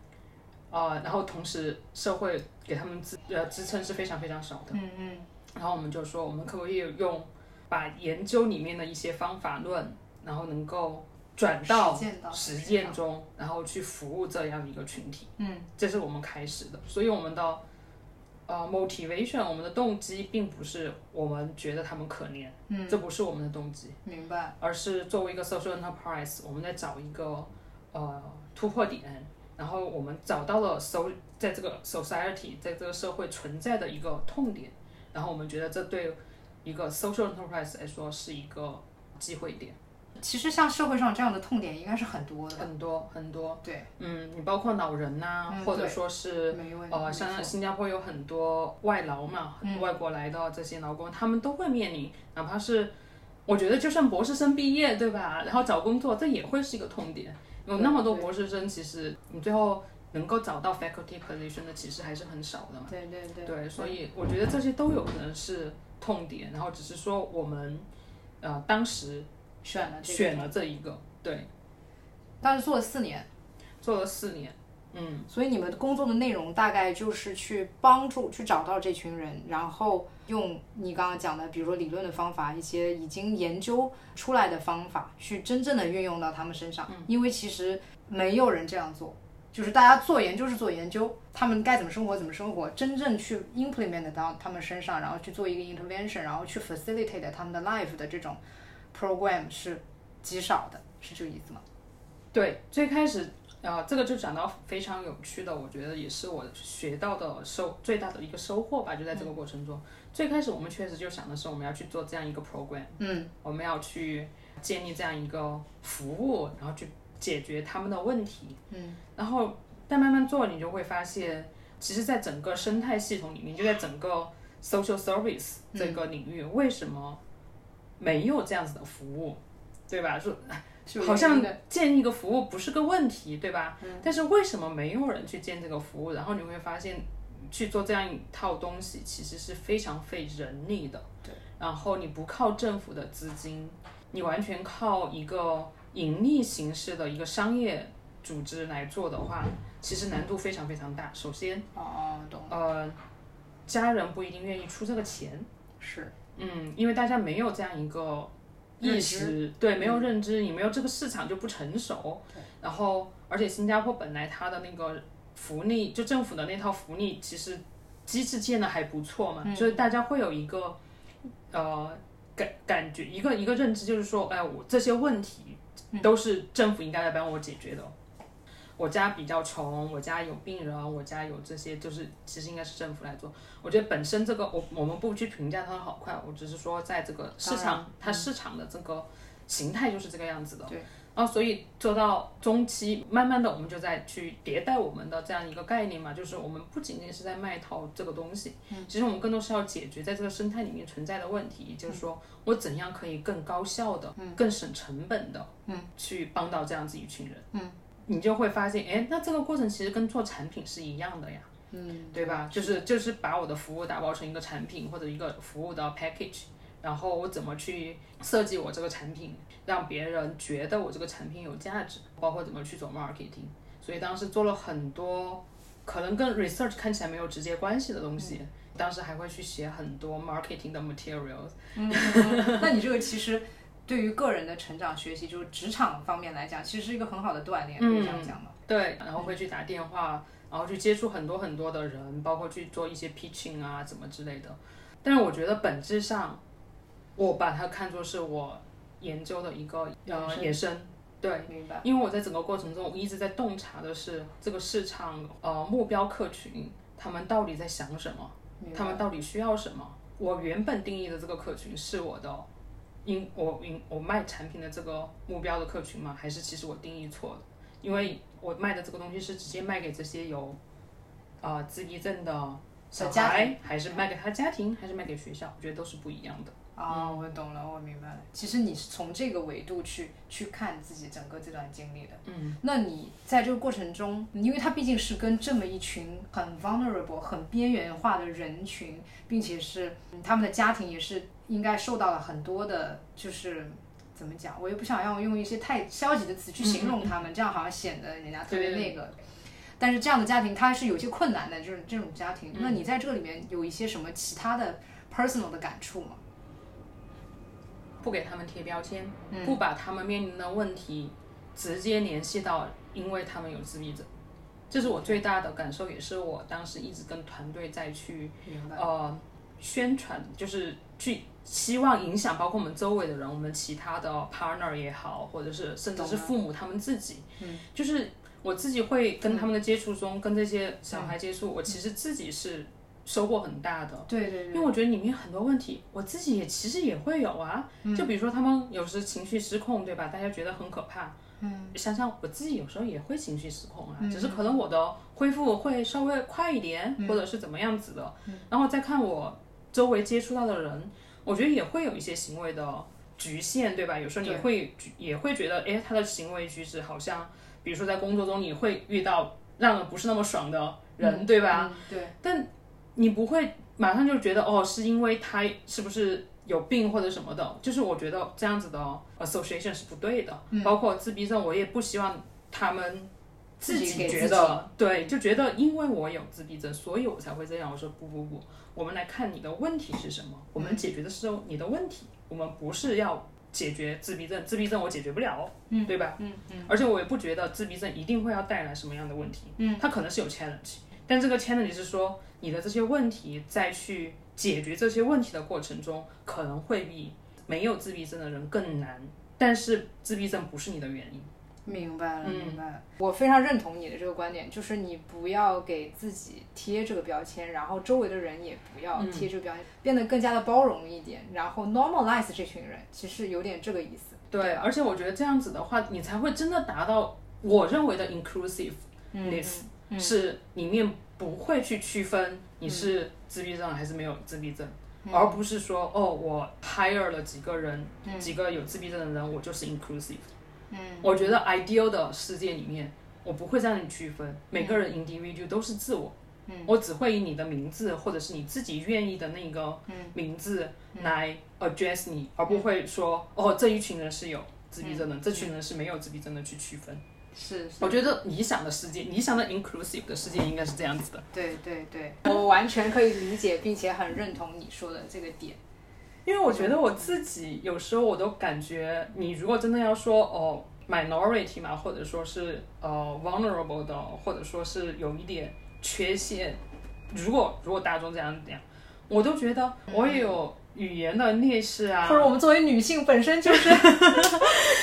Speaker 2: 呃，然后同时社会给他们支呃支撑是非常非常少的。
Speaker 3: 嗯嗯
Speaker 2: 然后我们就说，我们可不可以用把研究里面的一些方法论，然后能够转到
Speaker 3: 实践到
Speaker 2: 哦实践中，然后去服务这样一个群体，
Speaker 3: 嗯
Speaker 2: 这是我们开始的。所以我们的呃 motivation，我们的动机并不是我们觉得他们可怜，
Speaker 3: 嗯，
Speaker 2: 这不是我们的动机，
Speaker 3: 明白。
Speaker 2: 而是作为一个 social enterprise，我们在找一个呃突破点，然后我们找到了 so 在这个 society 在这个社会存在的一个痛点，然后我们觉得这对一个 social enterprise 来说是一个机会点，
Speaker 3: 其实像社会上这样的痛点应该是很多的，
Speaker 2: 很多很多，
Speaker 3: 对，
Speaker 2: 嗯，你包括老人呐、
Speaker 3: 嗯
Speaker 2: 或者
Speaker 3: 对
Speaker 2: 说是
Speaker 3: 没问题。
Speaker 2: 呃，像新加坡有很多外劳嘛，
Speaker 3: 嗯
Speaker 2: 外国来的这些劳工，他们都会面临，哪怕是我觉得就算博士生毕业，对吧？然后找工作，这也会是一个痛点。有那么多
Speaker 3: 对对
Speaker 2: 博士生，其实你最后能够找到 faculty position 的，其实还是很少的嘛。
Speaker 3: 对对对
Speaker 2: 对，所以我觉得这些都有可能是痛点，然后只是说我们呃当时
Speaker 3: 选呃了这个
Speaker 2: 选了这一个，对，
Speaker 3: 当时做了四年，
Speaker 2: 做了四年，嗯，
Speaker 3: 所以你们工作的内容大概就是去帮助、去找到这群人，然后用你刚刚讲的，比如说理论的方法，一些已经研究出来的方法，去真正的运用到他们身上。
Speaker 2: 嗯
Speaker 3: 因为其实没有人这样做，就是大家做研究是做研究，他们该怎么生活怎么生活，真正去 implement 到他们身上，然后去做一个 intervention，然后去 facilitate 他们的 life 的这种 program 是极少的，是这个意思吗？
Speaker 2: 对，最开始，呃，这个就讲到非常有趣的，我觉得也是我学到的收最大的一个收获吧，就在
Speaker 3: 嗯
Speaker 2: 这个过程中。最开始我们确实就想的是，我们要去做这样一个 program，
Speaker 3: 嗯
Speaker 2: 我们要去建立这样一个服务，然后去解决他们的问题。
Speaker 3: 嗯，
Speaker 2: 然后但慢慢做，你就会发现，其实，在整个生态系统里面，就在整个 social service 这
Speaker 3: 嗯
Speaker 2: 个领域，为什么没有这样子的服务，对吧？就好像建一个服务不是个问题，对吧？
Speaker 3: 嗯
Speaker 2: 但是为什么没有人去建这个服务？然后你会发现，去做这样一套东西其实是非常费人力的。
Speaker 3: 对。
Speaker 2: 然后你不靠政府的资金，你完全靠一个盈利形式的一个商业组织来做的话，其实难度非常非常大。首先，
Speaker 3: 哦，懂了，
Speaker 2: 呃，家人不一定愿意出这个钱。
Speaker 3: 是
Speaker 2: 嗯，因为大家没有这样一个
Speaker 3: 认
Speaker 2: 意
Speaker 3: 知嗯
Speaker 2: 识，对，没有认知，你没有这个市场就不成熟
Speaker 3: 对。
Speaker 2: 然后，而且新加坡本来它的那个福利，就政府的那套福利，其实机制建的还不错嘛，
Speaker 3: 嗯
Speaker 2: 所以大家会有一个呃感感觉，一个一个认知，就是说，哎，我这些问题
Speaker 3: 嗯
Speaker 2: 都是政府应该来帮我解决的。我家比较穷，我家有病人，我家有这些，就是其实应该是政府来做。我觉得本身这个，我我们不去评价它的好坏，我只是说在这个市
Speaker 3: 当
Speaker 2: 场，它市场的这个形态就是这个样子的。
Speaker 3: 对。
Speaker 2: 然后，所以做到中期，慢慢的我们就在去迭代我们的这样一个概念嘛，就是我们不仅仅是在卖套这个东西，其实我们更多是要解决在这个生态里面存在的问题，也就是说我怎样可以更高效的、更省成本的，嗯，去帮到这样子一群人，嗯，你就会发现，哎，那这个过程其实跟做产品是一样的呀，嗯，对吧？就是就是把我的服务打包成一个产品或者一个服务的 package，然后我怎么去设计我这个产品，让别人觉得我这个产品有价值，包括怎么去做 marketing，所以当时做了很多。可能跟 research 看起来没有直接关系的东西，当时还会去写很多 marketing 的 materials。
Speaker 3: 那你这个其实对于个人的成长、学习，就是职场方面来讲，其实是一个很好的锻炼，可以这样讲吗？
Speaker 2: 对，然后会去打电话，然后去接触很多很多的人，包括去做一些 pitching 啊，怎么之类的。但是我觉得本质上，我把它看作是我研究的一个呃
Speaker 3: 延
Speaker 2: 延伸。对，
Speaker 3: 明白。
Speaker 2: 因为我在整个过程中，我一直在洞察的是这个市场呃目标客群他们到底在想什么，
Speaker 3: 明
Speaker 2: 他们到底需要什么。我原本定义的这个客群是我的，因我因我卖产品的这个目标的客群吗？还是其实我定义错了？因为我卖的这个东西是直接卖给这些有，呃自闭症的小
Speaker 3: 家
Speaker 2: 孩，还是卖给他家庭，还是卖给学校？我觉得都是不一样的。
Speaker 3: 啊、我懂了，我明白了。其实你是从这个维度去去看自己整个这段经历的。嗯，那你在这个过程中，因为它毕竟是跟这么一群很 vulnerable、很边缘化的人群，并且是、嗯他们的家庭也是应该受到了很多的，就是。怎么讲？我也不想要用一些太消极的词去形容他们，这样好像显得人家特别那个。但是这样的家庭它还是有些困难的，就是这种家庭。那你在这个里面有一些什么其他的 personal 的感触吗？
Speaker 2: 不给他们贴标签，
Speaker 3: 嗯
Speaker 2: 不把他们面临的问题直接联系到，因为他们有自闭症，这是我最大的感受，也是我当时一直跟团队在去
Speaker 3: 明白。
Speaker 2: 呃宣传，就是去希望影响包括我们周围的人，我们其他的哦 partner 也好，或者是甚至是
Speaker 3: 懂啊了
Speaker 2: 父母他们自己，嗯，就是我自己会
Speaker 3: 嗯
Speaker 2: 跟他们的接触中，跟这些小孩接触，我其实自己是收获很大的。
Speaker 3: 对对
Speaker 2: 因
Speaker 3: 对，
Speaker 2: 为我觉得里面很多问题，我自己也其实也会有啊。
Speaker 3: 嗯
Speaker 2: 就比如说他们有时情绪失控，对吧？大家觉得很可怕。嗯，想想我自己有时候也会情绪失控啊，
Speaker 3: 嗯
Speaker 2: 只是可能我的恢复会稍微快一点，或者是怎么样子的。
Speaker 3: 嗯
Speaker 2: 然后再看我周围接触到的人，我觉得也会有一些行为的局限，对吧？有时候你
Speaker 3: 对
Speaker 2: 会也会觉得，哎，他的行为举止好像，比如说在工作中你会遇到让人不是那么爽的人，对啊吧？
Speaker 3: 嗯？对，
Speaker 2: 你不会马上就觉得哦，是因为他是不是有病或者什么的，就是我觉得这样子的 association 是不对的，包括自闭症，我也不希望他们自
Speaker 3: 自己给
Speaker 2: 觉
Speaker 3: 自
Speaker 2: 得对，就觉得因为我有自闭症，所以我才会这样。我说不不不，我们来看你的问题是什么，我们解决的是你的问题，我们不是要解决自闭症，自闭症我解决不了，嗯，对吧？嗯嗯，而且我也不觉得自闭症一定会要带来什么样的问题，嗯，它可能是有 challenge，但这个 challenge 是说你的这些问题在去解决这些问题的过程中，可能会比没有自闭症的人更难，但是自闭症不是你的原因，
Speaker 3: 明白了，
Speaker 2: 嗯
Speaker 3: 明白了。我非常认同你的这个观点，就是你不要给自己贴这个标签，然后周围的人也不要
Speaker 2: 嗯
Speaker 3: 贴这个标签，变得更加的包容一点，然后 normalize 这群人，其实有点这个意思。
Speaker 2: 对，而且我觉得这样子的话，你才会真的达到我认为的
Speaker 3: 嗯
Speaker 2: inclusiveness，、是里面不会去区分你是自闭症还是没有自闭症，而不是说哦，我 hire 了几个人，几个有自闭症的人，我就是 inclusive。嗯，我觉得 ideal 的世界里面，我不会这样区分，每个人 individual 都是自我。嗯，我只会以你的名字或者是你自己愿意的那个名字来 address 你，而不会说哦这一群人是有自闭症的，这群人是没有自闭症的去区分。
Speaker 3: 是，
Speaker 2: 我觉得理想的世界，理想的 inclusive 的世界应该是这样子的。
Speaker 3: 对对 对，我完全可以理解，并且很认同你说的这个点。
Speaker 2: 因为我觉得我自己有时候我都感觉，你如果真的要说哦 minority 嘛，或者说是呃 vulnerable 的，或者说是有一点缺陷，如果如果大众这样讲，我都觉得我也有语言的劣势啊，
Speaker 3: 或者我们作为女性本身就是，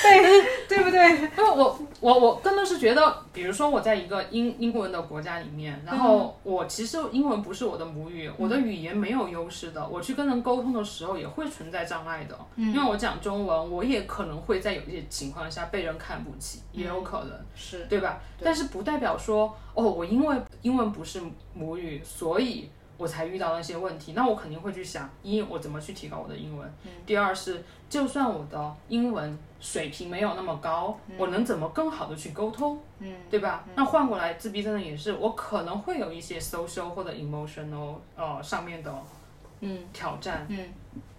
Speaker 3: 对对不 对？
Speaker 2: 因为我我我更多是觉得，比如说我在一个英英文的国家里面，然后我其实英文不是我的母语，我的语言没有优势的，我去跟人沟通的时候也会存在障碍的，因为我讲中文，我也可能会在有一些情况下被人看不起，也有可能。
Speaker 3: 是，
Speaker 2: 对吧？但是不代表说哦，我因为英文不是母语，所以我才遇到那些问题。那我肯定会去想，一我怎么去提高我的英文？第二是，就算我的英文水平没有那么高，我能怎么更好的去沟通？嗯，对吧？那换过来，自闭症的也是，我可能会有一些 social 或者 emotional 呃上面的嗯挑战。嗯，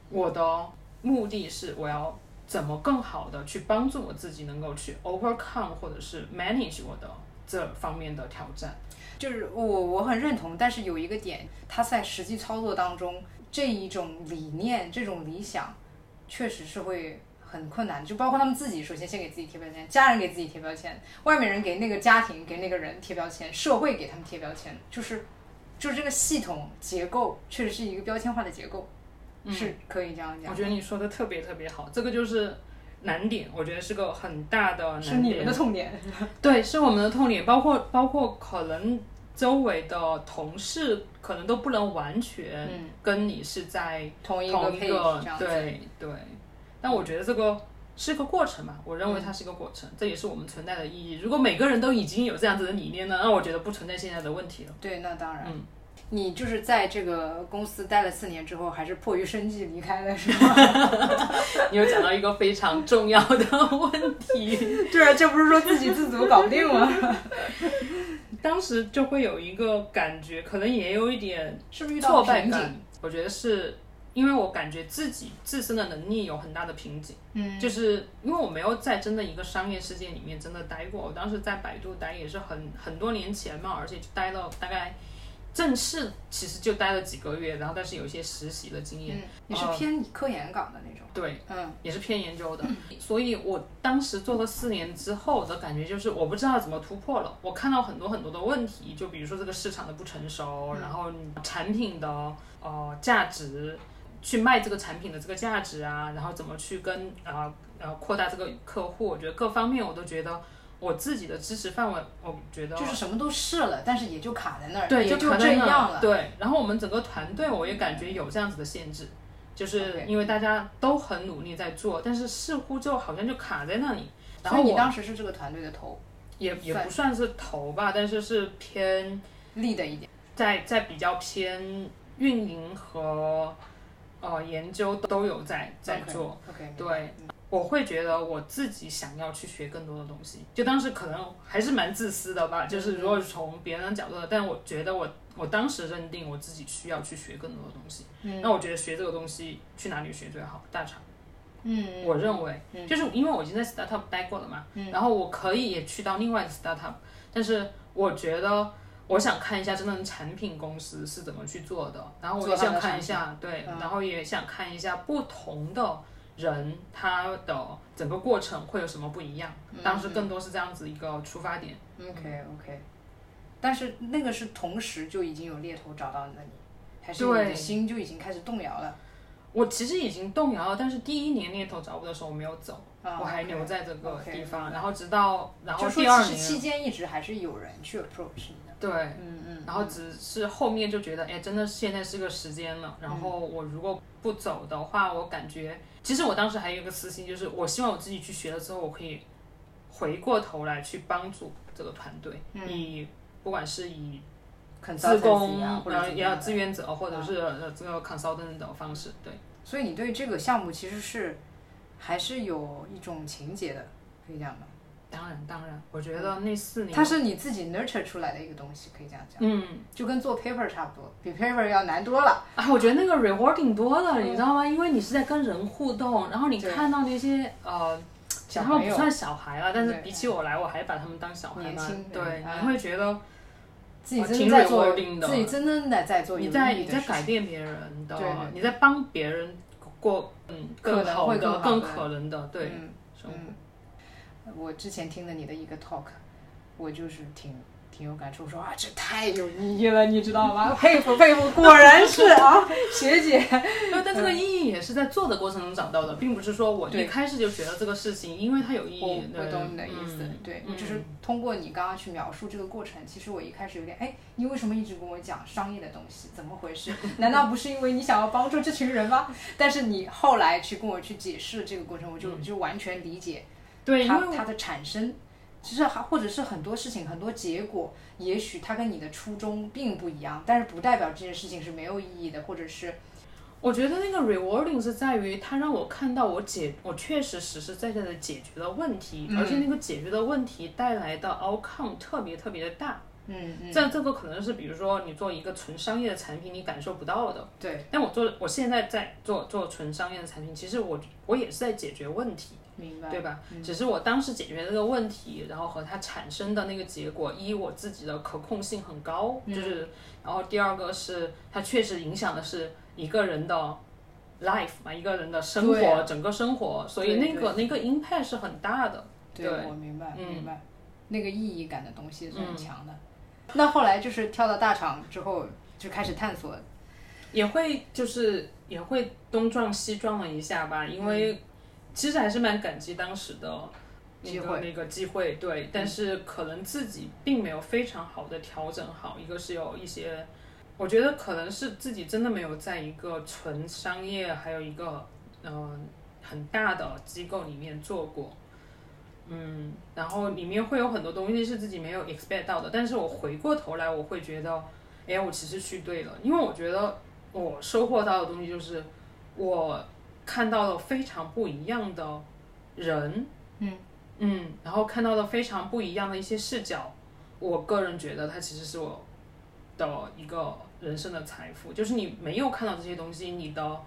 Speaker 2: 我的目的是我要怎么更好的去帮助我自己，能够去 overcome 或者是 manage 我的这方面的挑战。
Speaker 3: 就是我我很认同，但是有一个点，它在实际操作当中，这一种理念、这种理想，确实是会很困难。就包括他们自己，首先先给自己贴标签，家人给自己贴标签，外面人给那个家庭、给那个人贴标签，社会给他们贴标签，就是就是这个系统结构，确实是一个标签化的结构，
Speaker 2: 嗯
Speaker 3: 是可以这样
Speaker 2: 我
Speaker 3: 嗯讲。
Speaker 2: 觉得你说的特别特别好，这个就是难点，我觉得是个很大的
Speaker 3: 是
Speaker 2: 难
Speaker 3: 你们
Speaker 2: 点
Speaker 3: 的。痛点，
Speaker 2: 对，是我们的痛点，包括包括可能周围的同事可能都不能完全
Speaker 3: 嗯
Speaker 2: 跟你是在
Speaker 3: 同一个
Speaker 2: 同一
Speaker 3: page 这样子，
Speaker 2: 对对。但我觉得这个是个过程嘛，我认为它是一个过程，这也是我们存在的意义。如果每个人都已经有这样子的理念呢，那我觉得不存在现在的问题了。
Speaker 3: 对，那当然。
Speaker 2: 嗯
Speaker 3: 你就是在这个公司待了四年之后，还是迫于生计离开了，是吗？
Speaker 2: 你有讲到一个非常重要的问题，
Speaker 3: 对啊，这不是说自给自足搞不定吗？
Speaker 2: 当时就会有一个感觉，可能也有一点
Speaker 3: 是不是遇到
Speaker 2: 挫
Speaker 3: 了
Speaker 2: 败
Speaker 3: 瓶颈？
Speaker 2: 感，我觉得是因为我感觉自己自身的能力有很大的瓶颈，
Speaker 3: 嗯，
Speaker 2: 就是因为我没有在真的一个商业世界里面真的待过，我当时在百度待也是很很多年前嘛，而且就待了大概正式其实就待了几个月，然后但是有一些实习的经验，
Speaker 3: 嗯，你是偏理科研岗的那种，
Speaker 2: 对，
Speaker 3: 嗯
Speaker 2: 也是偏研究的，所以我当时做了四年之后的感觉就是，我不知道怎么突破了。我看到很多很多的问题，就比如说这个市场的不成熟，然后你产品的呃价值，去卖这个产品的这个价值啊，然后怎么去跟啊呃扩大这个客户，我觉得各方面我都觉得我自己的知识范围，我觉得
Speaker 3: 嗯就是什么都试了，但是也就卡在那儿，
Speaker 2: 对，
Speaker 3: 也就
Speaker 2: 可
Speaker 3: 这
Speaker 2: 能呢
Speaker 3: 样了，
Speaker 2: 对，然后我们整个团队，我也感觉有这样子的限制，就是
Speaker 3: OK
Speaker 2: 因为大家都很努力在做，但是似乎就好像就卡在那里。然
Speaker 3: 所
Speaker 2: 后
Speaker 3: 以你
Speaker 2: 我
Speaker 3: 当时是这个团队的头，
Speaker 2: 也也
Speaker 3: 算
Speaker 2: 不算是头吧，但是是偏
Speaker 3: 立的一点，
Speaker 2: 在在比较偏运营和呃研究都有在在做。
Speaker 3: ，OK，
Speaker 2: 对，我会觉得我自己想要去学更多的东西。就当时可能还是蛮自私的
Speaker 3: 嗯
Speaker 2: 吧，就是如果是从别人的角度的，但我觉得我我当时认定我自己需要去学更多的东西。
Speaker 3: 嗯
Speaker 2: 那我觉得学这个东西去哪里学最好？大厂，
Speaker 3: 嗯，
Speaker 2: 我认为，
Speaker 3: 嗯
Speaker 2: 就是因为我已经在 startup 待过了嘛，
Speaker 3: 嗯
Speaker 2: 然后我可以也去到另外的 startup，但是我觉得。我想看一下真正的产品公司是怎么去做的，然后我也
Speaker 3: 做它的
Speaker 2: 想看
Speaker 3: 产
Speaker 2: 一
Speaker 3: 品
Speaker 2: 下，对，
Speaker 3: 嗯
Speaker 2: 然后也想看一下不同的人他的整个过程会有什么不一样。
Speaker 3: 嗯
Speaker 2: 当时更多是这样子一个出发点，
Speaker 3: OK OK，但是那个是同时就已经有猎头找到了你，还是你
Speaker 2: 对
Speaker 3: 的心就已经开始动摇了？
Speaker 2: 我其实已经动摇了，但是第一年猎头找我的时候我没有走，
Speaker 3: 啊
Speaker 2: 我还留
Speaker 3: OK
Speaker 2: 在这个
Speaker 3: OK
Speaker 2: 地方，然后直到然后
Speaker 3: 就说
Speaker 2: 第二
Speaker 3: 其实
Speaker 2: 年，
Speaker 3: 期间一直还是有人去 approach 你的，
Speaker 2: 对，
Speaker 3: 嗯嗯，
Speaker 2: 然后只是后面就觉得，哎，真的现在是个时间了。然后我如果不走的话，我感觉其实我当时还有一个私心，就是我希望我自己去学了之后，我可以回过头来去帮助这个团队，
Speaker 3: 嗯
Speaker 2: 以不管是以
Speaker 3: 很
Speaker 2: 自工，
Speaker 3: 啊，或
Speaker 2: 然
Speaker 3: 者
Speaker 2: 后也要志
Speaker 3: 愿。
Speaker 2: 愿者，或者是呃这
Speaker 3: 嗯
Speaker 2: 个 consultant 的方式，对。
Speaker 3: 所以你对这个项目其实是还是有一种情结的，可以这样吗？
Speaker 2: 当然，当然，我觉
Speaker 3: 嗯
Speaker 2: 得那四年，
Speaker 3: 它是你自己 nurture 出来的一个东西，可以这样讲，
Speaker 2: 嗯，
Speaker 3: 就跟做 paper 差不多，比 paper 要难多了。
Speaker 2: 啊，我觉得那个 rewarding 多了，你知道吗？因为你是在跟人互动，然后你
Speaker 3: 嗯对
Speaker 2: 看到那些呃，其实
Speaker 3: 小
Speaker 2: 他们
Speaker 3: 朋
Speaker 2: 不
Speaker 3: 友
Speaker 2: 算小孩了，但是
Speaker 3: 对
Speaker 2: 比起我来，我还把他们当小孩
Speaker 3: 年
Speaker 2: 嘛
Speaker 3: 轻。
Speaker 2: 对，
Speaker 3: 人啊
Speaker 2: 你会觉得
Speaker 3: 自己
Speaker 2: 啊
Speaker 3: 真
Speaker 2: 挺
Speaker 3: 的在做，
Speaker 2: rewarding 的
Speaker 3: 自己真正的在做有
Speaker 2: 你
Speaker 3: 意义
Speaker 2: 在
Speaker 3: 的
Speaker 2: 你在
Speaker 3: 事情
Speaker 2: 改变别人的哦
Speaker 3: 对对对，
Speaker 2: 你在帮别人过嗯
Speaker 3: 可能
Speaker 2: 好
Speaker 3: 会
Speaker 2: 的、
Speaker 3: 更好的
Speaker 2: 更可能的 对
Speaker 3: 嗯
Speaker 2: 生活。
Speaker 3: 我之前听了你的一个 talk，我就是挺挺有感触，我说啊，这太有意义了，你知道吗？ 佩服佩服，果然是啊， 学姐。
Speaker 2: 对，但这个意义也是在做的过程中找到的，并不是说我
Speaker 3: 嗯对
Speaker 2: 一开始就觉得这个事情，因为它有意义。
Speaker 3: 我
Speaker 2: 对
Speaker 3: 我懂你的意思，
Speaker 2: 嗯
Speaker 3: 对
Speaker 2: 嗯
Speaker 3: 我就是通过你刚刚去描述这个过程，其实我一开始有点哎，你为什么一直跟我讲商业的东西？怎么回事？难道不是因为你想要帮助这群人吗？但是你后来去跟我去解释这个过程，我就就完全理解
Speaker 2: 嗯对，因为
Speaker 3: 它它的产生，其实还或者是很多事情很多结果，也许它跟你的初衷并不一样，但是不代表这件事情是没有意义的，或者是
Speaker 2: 我觉得那个 rewarding 是在于它让我看到我解，我确实实实在在的解决了问题，
Speaker 3: 嗯
Speaker 2: 而且那个解决的问题带来的 outcome 特别特别的大。
Speaker 3: 嗯嗯，
Speaker 2: 这这个可能是比如说你做一个纯商业的产品，你感受不到的。
Speaker 3: 对，
Speaker 2: 但我做我现在在做做纯商业的产品，其实我我也是在解决问题，
Speaker 3: 明白，
Speaker 2: 对吧？只是我当时解决这个问题，然后和它产生的那个结果，一我自己的可控性很高，
Speaker 3: 嗯
Speaker 2: 就是，然后第二个是它确实影响的是一个人的 life 嘛，一个人的生
Speaker 3: 对
Speaker 2: 活，
Speaker 3: 啊
Speaker 2: 整个生活，所以
Speaker 3: 对
Speaker 2: 那个那个 impact 是很大的。
Speaker 3: 对，
Speaker 2: 对
Speaker 3: 我明白，
Speaker 2: 嗯
Speaker 3: 明白，那个意义感的东西是很强的。那后来就是跳到大厂之后，就开始探
Speaker 2: 嗯
Speaker 3: 索，
Speaker 2: 也会就是也会东撞西撞了一下吧，因
Speaker 3: 嗯
Speaker 2: 为其实还是蛮感激当时的哦那
Speaker 3: 机
Speaker 2: 个
Speaker 3: 会
Speaker 2: 那个机会，对，但是可能自己并没有非常好的调整好，一个是有一些，我觉得可能是自己真的没有在一个纯商业，还有一个嗯、呃很大的机构里面做过。嗯，然后里面会有很多东西是自己没有 expect 到的，但是我回过头来，我会觉得，哎，我其实去对了，因为我觉得我收获到的东西就是我看到了非常不一样的人，
Speaker 3: 嗯
Speaker 2: 嗯，然后看到了非常不一样的一些视角。我个人觉得它其实是我的一个人生的财富，就是你没有看到这些东西，你的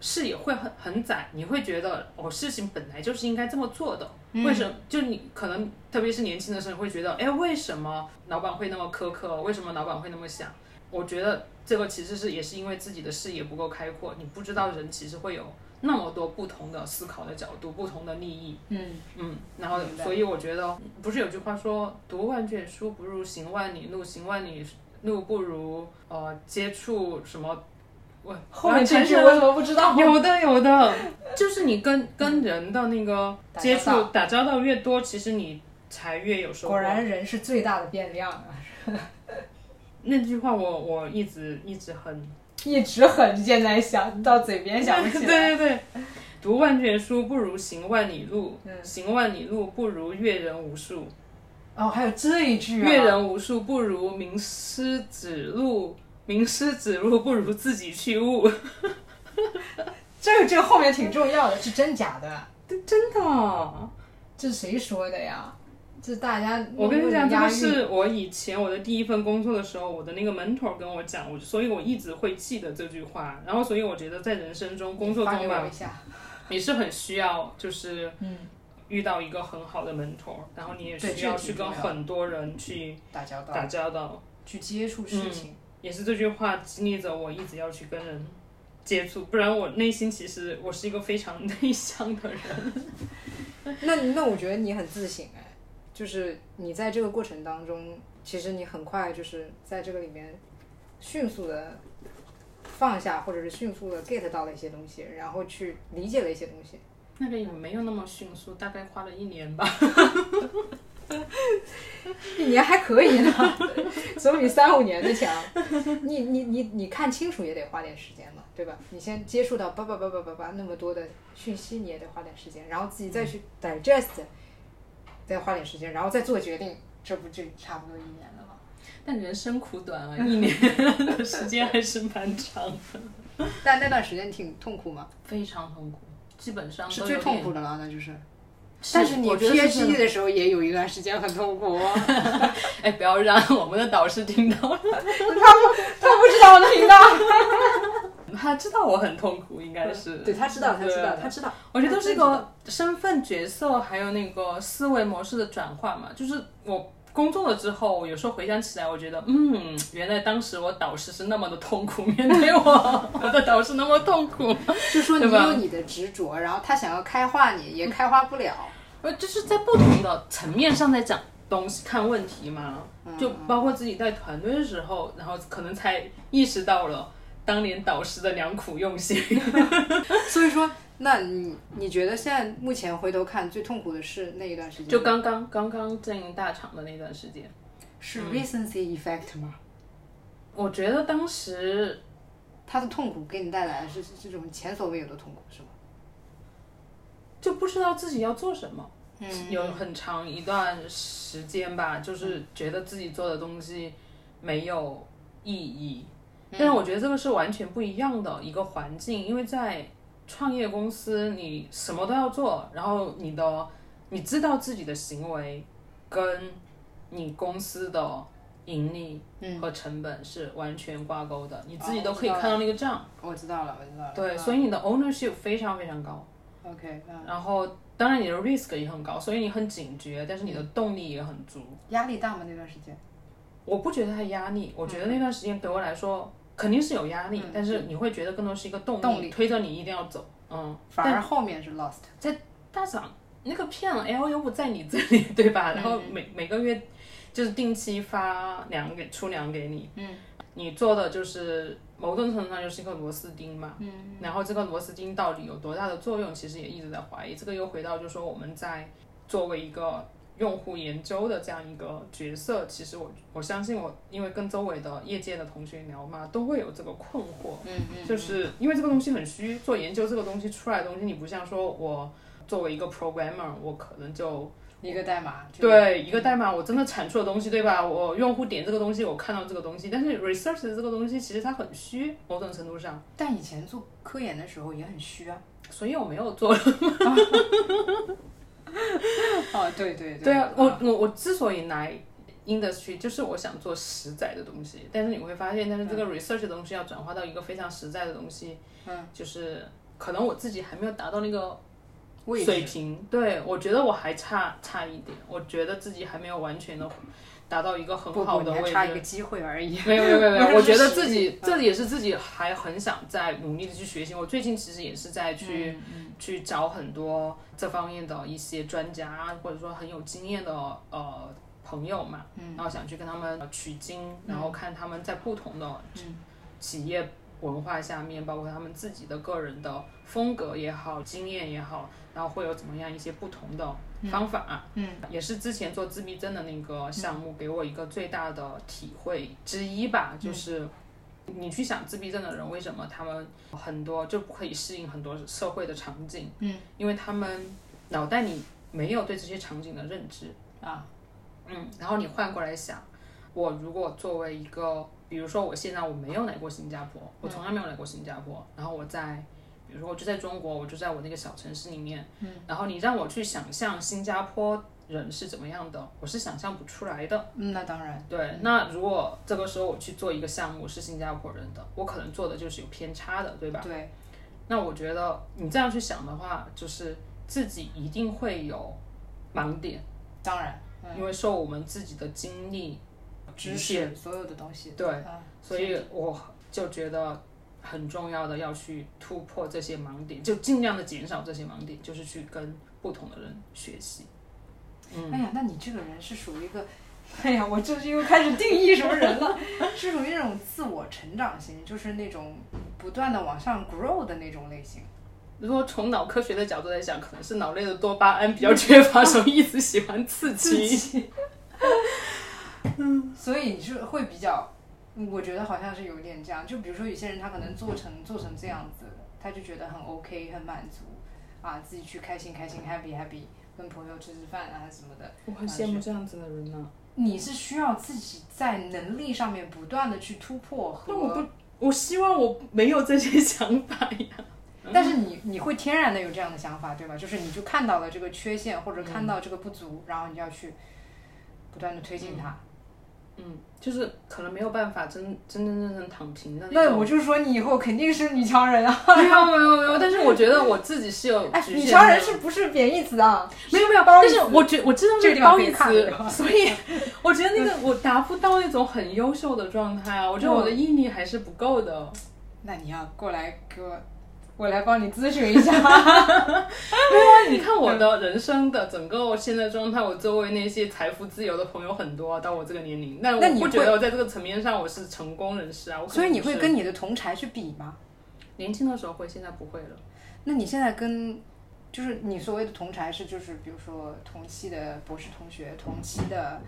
Speaker 2: 视野会很很窄，你会觉得哦，事情本来就是应该这么做的，
Speaker 3: 嗯
Speaker 2: 为什么？就你可能特别是年轻的时候会觉得，哎，为什么老板会那么苛刻？为什么老板会那么想？我觉得这个其实是也是因为自己的视野不够开阔，你不知道人其实会有那么多不同的思考的角度、不同的利益。
Speaker 3: 嗯，
Speaker 2: 嗯，然后
Speaker 3: 明白
Speaker 2: 所以我觉得，不是有句话说“读万卷书不如行万里路，行万里路不如呃接触什么”我。我
Speaker 3: 后面这句
Speaker 2: 完全
Speaker 3: 我怎么不知道？
Speaker 2: 有的有的，就是你跟跟人的那个
Speaker 3: 打交
Speaker 2: 接触
Speaker 3: 道
Speaker 2: 打交道越多，其实你才越有收获。
Speaker 3: 果然人是最大的变量啊，
Speaker 2: 那句话我我一直一直很
Speaker 3: 一直很现在想到嘴边想不 起来。
Speaker 2: 对对对，读万卷书不如行万里路，
Speaker 3: 嗯
Speaker 2: 行万里路不如阅人无数。
Speaker 3: 哦，还有这一句、啊，
Speaker 2: 阅人无数不如名师指路，名师指路不如自己去悟。
Speaker 3: 这个这个后面挺重要的，是真假的？
Speaker 2: 真的，
Speaker 3: 这是谁说的呀？这大家
Speaker 2: 我跟你讲，这
Speaker 3: 押
Speaker 2: 个
Speaker 3: 韵
Speaker 2: 是我以前我的第一份工作的时候，我的那个 mentor 跟我讲，我所以我一直会记得这句话。然后，所以我觉得在人生中、工作
Speaker 3: 发给
Speaker 2: 中
Speaker 3: 我
Speaker 2: 吧
Speaker 3: 一，下。
Speaker 2: 你是很需要就是
Speaker 3: 嗯，
Speaker 2: 遇到一个很好的 mentor，然后你也
Speaker 3: 对
Speaker 2: 需
Speaker 3: 这个
Speaker 2: 要
Speaker 3: 挺
Speaker 2: 去跟
Speaker 3: 重要
Speaker 2: 很多人去
Speaker 3: 打交道，
Speaker 2: 打交道。
Speaker 3: 去接触事
Speaker 2: 嗯
Speaker 3: 情，
Speaker 2: 也是这句话激励着我一直要去跟人接触，不然我内心其实我是一个非常内向的人。
Speaker 3: 那那我觉得你很自省哎，就是你在这个过程当中，其实你很快就是在这个里面迅速的放下，或者是迅速的 get 到了一些东西，然后去理解了一些东西。
Speaker 2: 那个也没有那么迅速，大概花了一年吧。
Speaker 3: 一年还可以呢， 总比三五年的强。你你你你看清楚也得花点时间嘛，对吧？你先接触到叭叭叭叭叭叭那么多的讯息，你也得花点时间，然后自己再去 digest，再花点时间，然后再做决定，这不就差不多一年了吗？
Speaker 2: 但人生苦短 啊，一年的时间还是蛮长的，
Speaker 3: 但那段时间挺痛苦嘛，
Speaker 2: 非常痛苦，基本上
Speaker 3: 是
Speaker 2: 都
Speaker 3: 最
Speaker 2: 有
Speaker 3: 痛
Speaker 2: 点
Speaker 3: 苦。的了，那就是。
Speaker 2: 是
Speaker 3: 但是你
Speaker 2: 我觉得是真
Speaker 3: PhD
Speaker 2: 的
Speaker 3: 的时候也有一段时间很痛 苦、哦，
Speaker 2: 哎，不要让我们的导师听到，
Speaker 3: 他不知道我的频道。
Speaker 2: 他知道我很痛苦，应该是。
Speaker 3: 对他知道，他知道，
Speaker 2: 对
Speaker 3: 他知道。
Speaker 2: 我觉得都是一个身份角色，还有那个思维模式的转换嘛。就是我工作了之后，我有时候回想起来，我觉得，嗯，原来当时我导师是那么的痛苦，面对 我，我的导师那么痛苦，
Speaker 3: 就说你
Speaker 2: 对吧
Speaker 3: 有你的执着，然后他想要开化你，也开化不 了。
Speaker 2: 呃，就是在不同的层面上在讲东西、看问题嘛。就包括自己带团队的时候，然后可能才意识到了当年导师的良苦用心。
Speaker 3: 所以说，那你你觉得现在目前回头看最痛苦的是那一段时间 吗，
Speaker 2: 就刚刚刚刚进大厂的那段时间。
Speaker 3: 是 recency effect 吗？
Speaker 2: 我觉得当时
Speaker 3: 他的痛苦给你带来的是是这种前所未有的痛苦，是吗？
Speaker 2: 就不知道自己要做什么。嗯，有很长一段时间吧，就是觉得自己做的东西没有意义。但是我觉得这个是完全不一样的一个环境，因为在创业公司，你什么都要做，然后你的你知道自己的行为跟你公司的盈利和成本是完全挂钩的，你自己都可以看到那个账。
Speaker 3: 我知道了，我知道了。
Speaker 2: 对，所以你的 ownership 非常非常高。
Speaker 3: OK，嗯
Speaker 2: 然后当然你的 risk 也很高，所以你很警觉，但是你的动力也很足。
Speaker 3: 嗯压力大吗？那段时间？
Speaker 2: 我不觉得它压力，我觉得那段时间对我来说肯定是有压力，
Speaker 3: 嗯
Speaker 2: 但是你会觉得更多是一个动力，
Speaker 3: 动力
Speaker 2: 推着你一定要走。嗯，
Speaker 3: 反而后面是 lost。
Speaker 2: 大厂那个片 L 又不在你这里， 对
Speaker 3: 嗯
Speaker 2: 吧？然后每、每个月就是定期发粮给出粮给你，嗯，你做的就是某种程度上就是一个螺丝钉嘛，嗯，然后这个螺丝钉到底有多大的作用，其实也一直在怀疑。这个又回到就是说我们在作为一个。用户研究的这样一个角色，其实我我相信我，因为跟周围的业界的同学聊嘛，都会有这个困惑。
Speaker 3: 嗯嗯
Speaker 2: 就是因为这个东西很虚，做研究这个东西出来的东西，你不像说我作为一个 programmer，我可能就
Speaker 3: 一个代码。就，
Speaker 2: 对一个代码，我真的产出的东西，对吧？我用户点这个东西，我看到这个东西，但是 research 的这个东西其实它很虚，某种程度上，
Speaker 3: 但以前做科研的时候也很虚啊。
Speaker 2: 所以我没有做。
Speaker 3: 哦，对对
Speaker 2: 对啊，我我我之所以来 industry，就是我想做实在的东西，但是你会发现，但是这个 research 的东西要转化到一个非常实在的东西，嗯，就是可能我自己还没有达到那个
Speaker 3: 位
Speaker 2: 水
Speaker 3: 置，
Speaker 2: 平，对我觉得我还差差一点，我觉得自己还没有完全的达到一个很
Speaker 3: 不
Speaker 2: 好
Speaker 3: 不，
Speaker 2: 的
Speaker 3: 你还
Speaker 2: 位
Speaker 3: 差一个
Speaker 2: 置。
Speaker 3: 机会而已。
Speaker 2: 没有没有没有没有，
Speaker 3: 不
Speaker 2: 我
Speaker 3: 是
Speaker 2: 觉得
Speaker 3: 是
Speaker 2: 自己
Speaker 3: 嗯
Speaker 2: 这也是自己还很想在努力的去学习。我最近其实也是在去、
Speaker 3: 嗯
Speaker 2: 去找很多这方面的一些专家，啊或者说很有经验的呃朋友嘛，
Speaker 3: 嗯
Speaker 2: 然后想去跟他们取经，然后看他们在不同的
Speaker 3: 嗯
Speaker 2: 企业文化下面，包括他们自己的个人的风格也好、经验也好，然后会有怎么样一些不同的方法、
Speaker 3: 嗯
Speaker 2: 也是之前做自闭症的那个项目给我一个最大的体会之一
Speaker 3: 嗯
Speaker 2: 吧，就是。你去想自闭症的人为什么他们很多就不可以适应很多社会的场景，
Speaker 3: 嗯，
Speaker 2: 因为他们脑袋里没有对这些场景的认知，
Speaker 3: 啊，
Speaker 2: 嗯，然后你换过来想，我如果作为一个，比如说我现在我没有来过新加坡，
Speaker 3: 嗯
Speaker 2: 我从来没有来过新加坡，然后我在，比如说我就在中国，我就在我那个小城市里面，嗯，然后你让我去想象新加坡人是怎么样的，我是想象不出来的。
Speaker 3: 嗯，那当然。
Speaker 2: 对，那如果这个时候我去做一个项目是新加坡人的，我可能做的就是有偏差的，对吧？
Speaker 3: 对，
Speaker 2: 那我觉得你这样去想的话，就是自己一定会有盲点。
Speaker 3: 当然，
Speaker 2: 因为受我们自己的经历
Speaker 3: 知
Speaker 2: 局限，
Speaker 3: 识所有的东西，
Speaker 2: 对
Speaker 3: 啊
Speaker 2: 所以我就觉得很重要的要去突破这些盲点，就尽量的减少这些盲点，就是去跟不同的人学习。
Speaker 3: 哎呀，那你这个人是属于一个，哎呀，我就是又开始定义什么人 了，是属于那种自我成长型，就是那种不断的往上 grow 的那种类型。
Speaker 2: 如果从脑科学的角度来讲，可能是脑内的多巴胺比较缺乏，所以一直喜欢刺激。
Speaker 3: 所以你是会比较，我觉得好像是有点这样。就比如说有些人他可能做成做成这样子，他就觉得很 OK，很满足啊，自己去开心开心，happy happy，跟朋友吃吃饭啊什么的。
Speaker 2: 我
Speaker 3: 很羡慕
Speaker 2: 这样子的人呢、
Speaker 3: 你是需要自己在能力上面不断的去突破和，
Speaker 2: 那我不，我希望我没有这些想法呀。
Speaker 3: 但是你你会天然的有这样的想法，对吧？就是你就看到了这个缺陷或者
Speaker 2: 嗯
Speaker 3: 看到这个不足，然后你就要去不断的推进它。
Speaker 2: 嗯，就是可能没有办法真真真正正躺平的那
Speaker 3: 那
Speaker 2: 种。
Speaker 3: 我就说你以后肯定是女强人啊！
Speaker 2: 没有没有没有，但是我觉得我自己是有
Speaker 3: 哎，
Speaker 2: 局限
Speaker 3: 女
Speaker 2: 的。
Speaker 3: 强人是不是贬义词啊？
Speaker 2: 没有没有，但是我觉我知道是褒义词，所以我觉得那个我达不到那种很优秀的状态啊，我觉得我的毅力还是不够的。
Speaker 3: 那你要过来给我，我来帮你咨询一下。
Speaker 2: 但啊你看我的人生的整个现在状态，我周围那些财富自由的朋友很多啊，到我这个年龄，但
Speaker 3: 那
Speaker 2: 我
Speaker 3: 你
Speaker 2: 不
Speaker 3: 会
Speaker 2: 觉得我在这个层面上我是成功人士啊。我可能
Speaker 3: 所以你会
Speaker 2: 是
Speaker 3: 跟你的同柴去比吗？
Speaker 2: 年轻的时候会，现在不会了。
Speaker 3: 那你现在跟，就是你所谓的同柴是就是比如说同期的博士同学，同期的，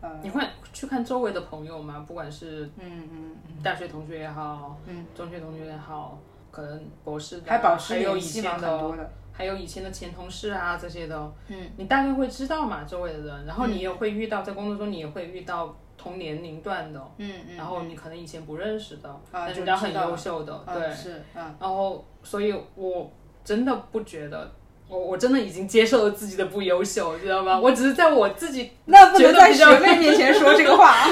Speaker 3: 呃，
Speaker 2: 你会去看周围的朋友吗？不管是
Speaker 3: 嗯嗯嗯，
Speaker 2: 大学同学也好，
Speaker 3: 嗯，
Speaker 2: 中学同学也好，可能博士的啊
Speaker 3: 还保持
Speaker 2: 还有
Speaker 3: 联
Speaker 2: 以
Speaker 3: 系吗？
Speaker 2: 前
Speaker 3: 很
Speaker 2: 的
Speaker 3: 多的，
Speaker 2: 还有以前的前同事啊这些的，
Speaker 3: 嗯，
Speaker 2: 你大概会知道嘛周围的人，然后你也会遇到，在工作中你也会遇到同年龄段的，
Speaker 3: 嗯啊
Speaker 2: 然后你可能以前不认识的，但是
Speaker 3: 就
Speaker 2: 人家
Speaker 3: 知
Speaker 2: 很
Speaker 3: 道
Speaker 2: 优秀的，
Speaker 3: 嗯
Speaker 2: 对，
Speaker 3: 是，嗯，
Speaker 2: 然后所以我真的不觉得。我我真的已经接受了自己的不优秀，知道吗？我只是在我自己，
Speaker 3: 那不
Speaker 2: 觉
Speaker 3: 能
Speaker 2: 得
Speaker 3: 在
Speaker 2: 比
Speaker 3: 学
Speaker 2: 较
Speaker 3: 妹面前说这个话啊。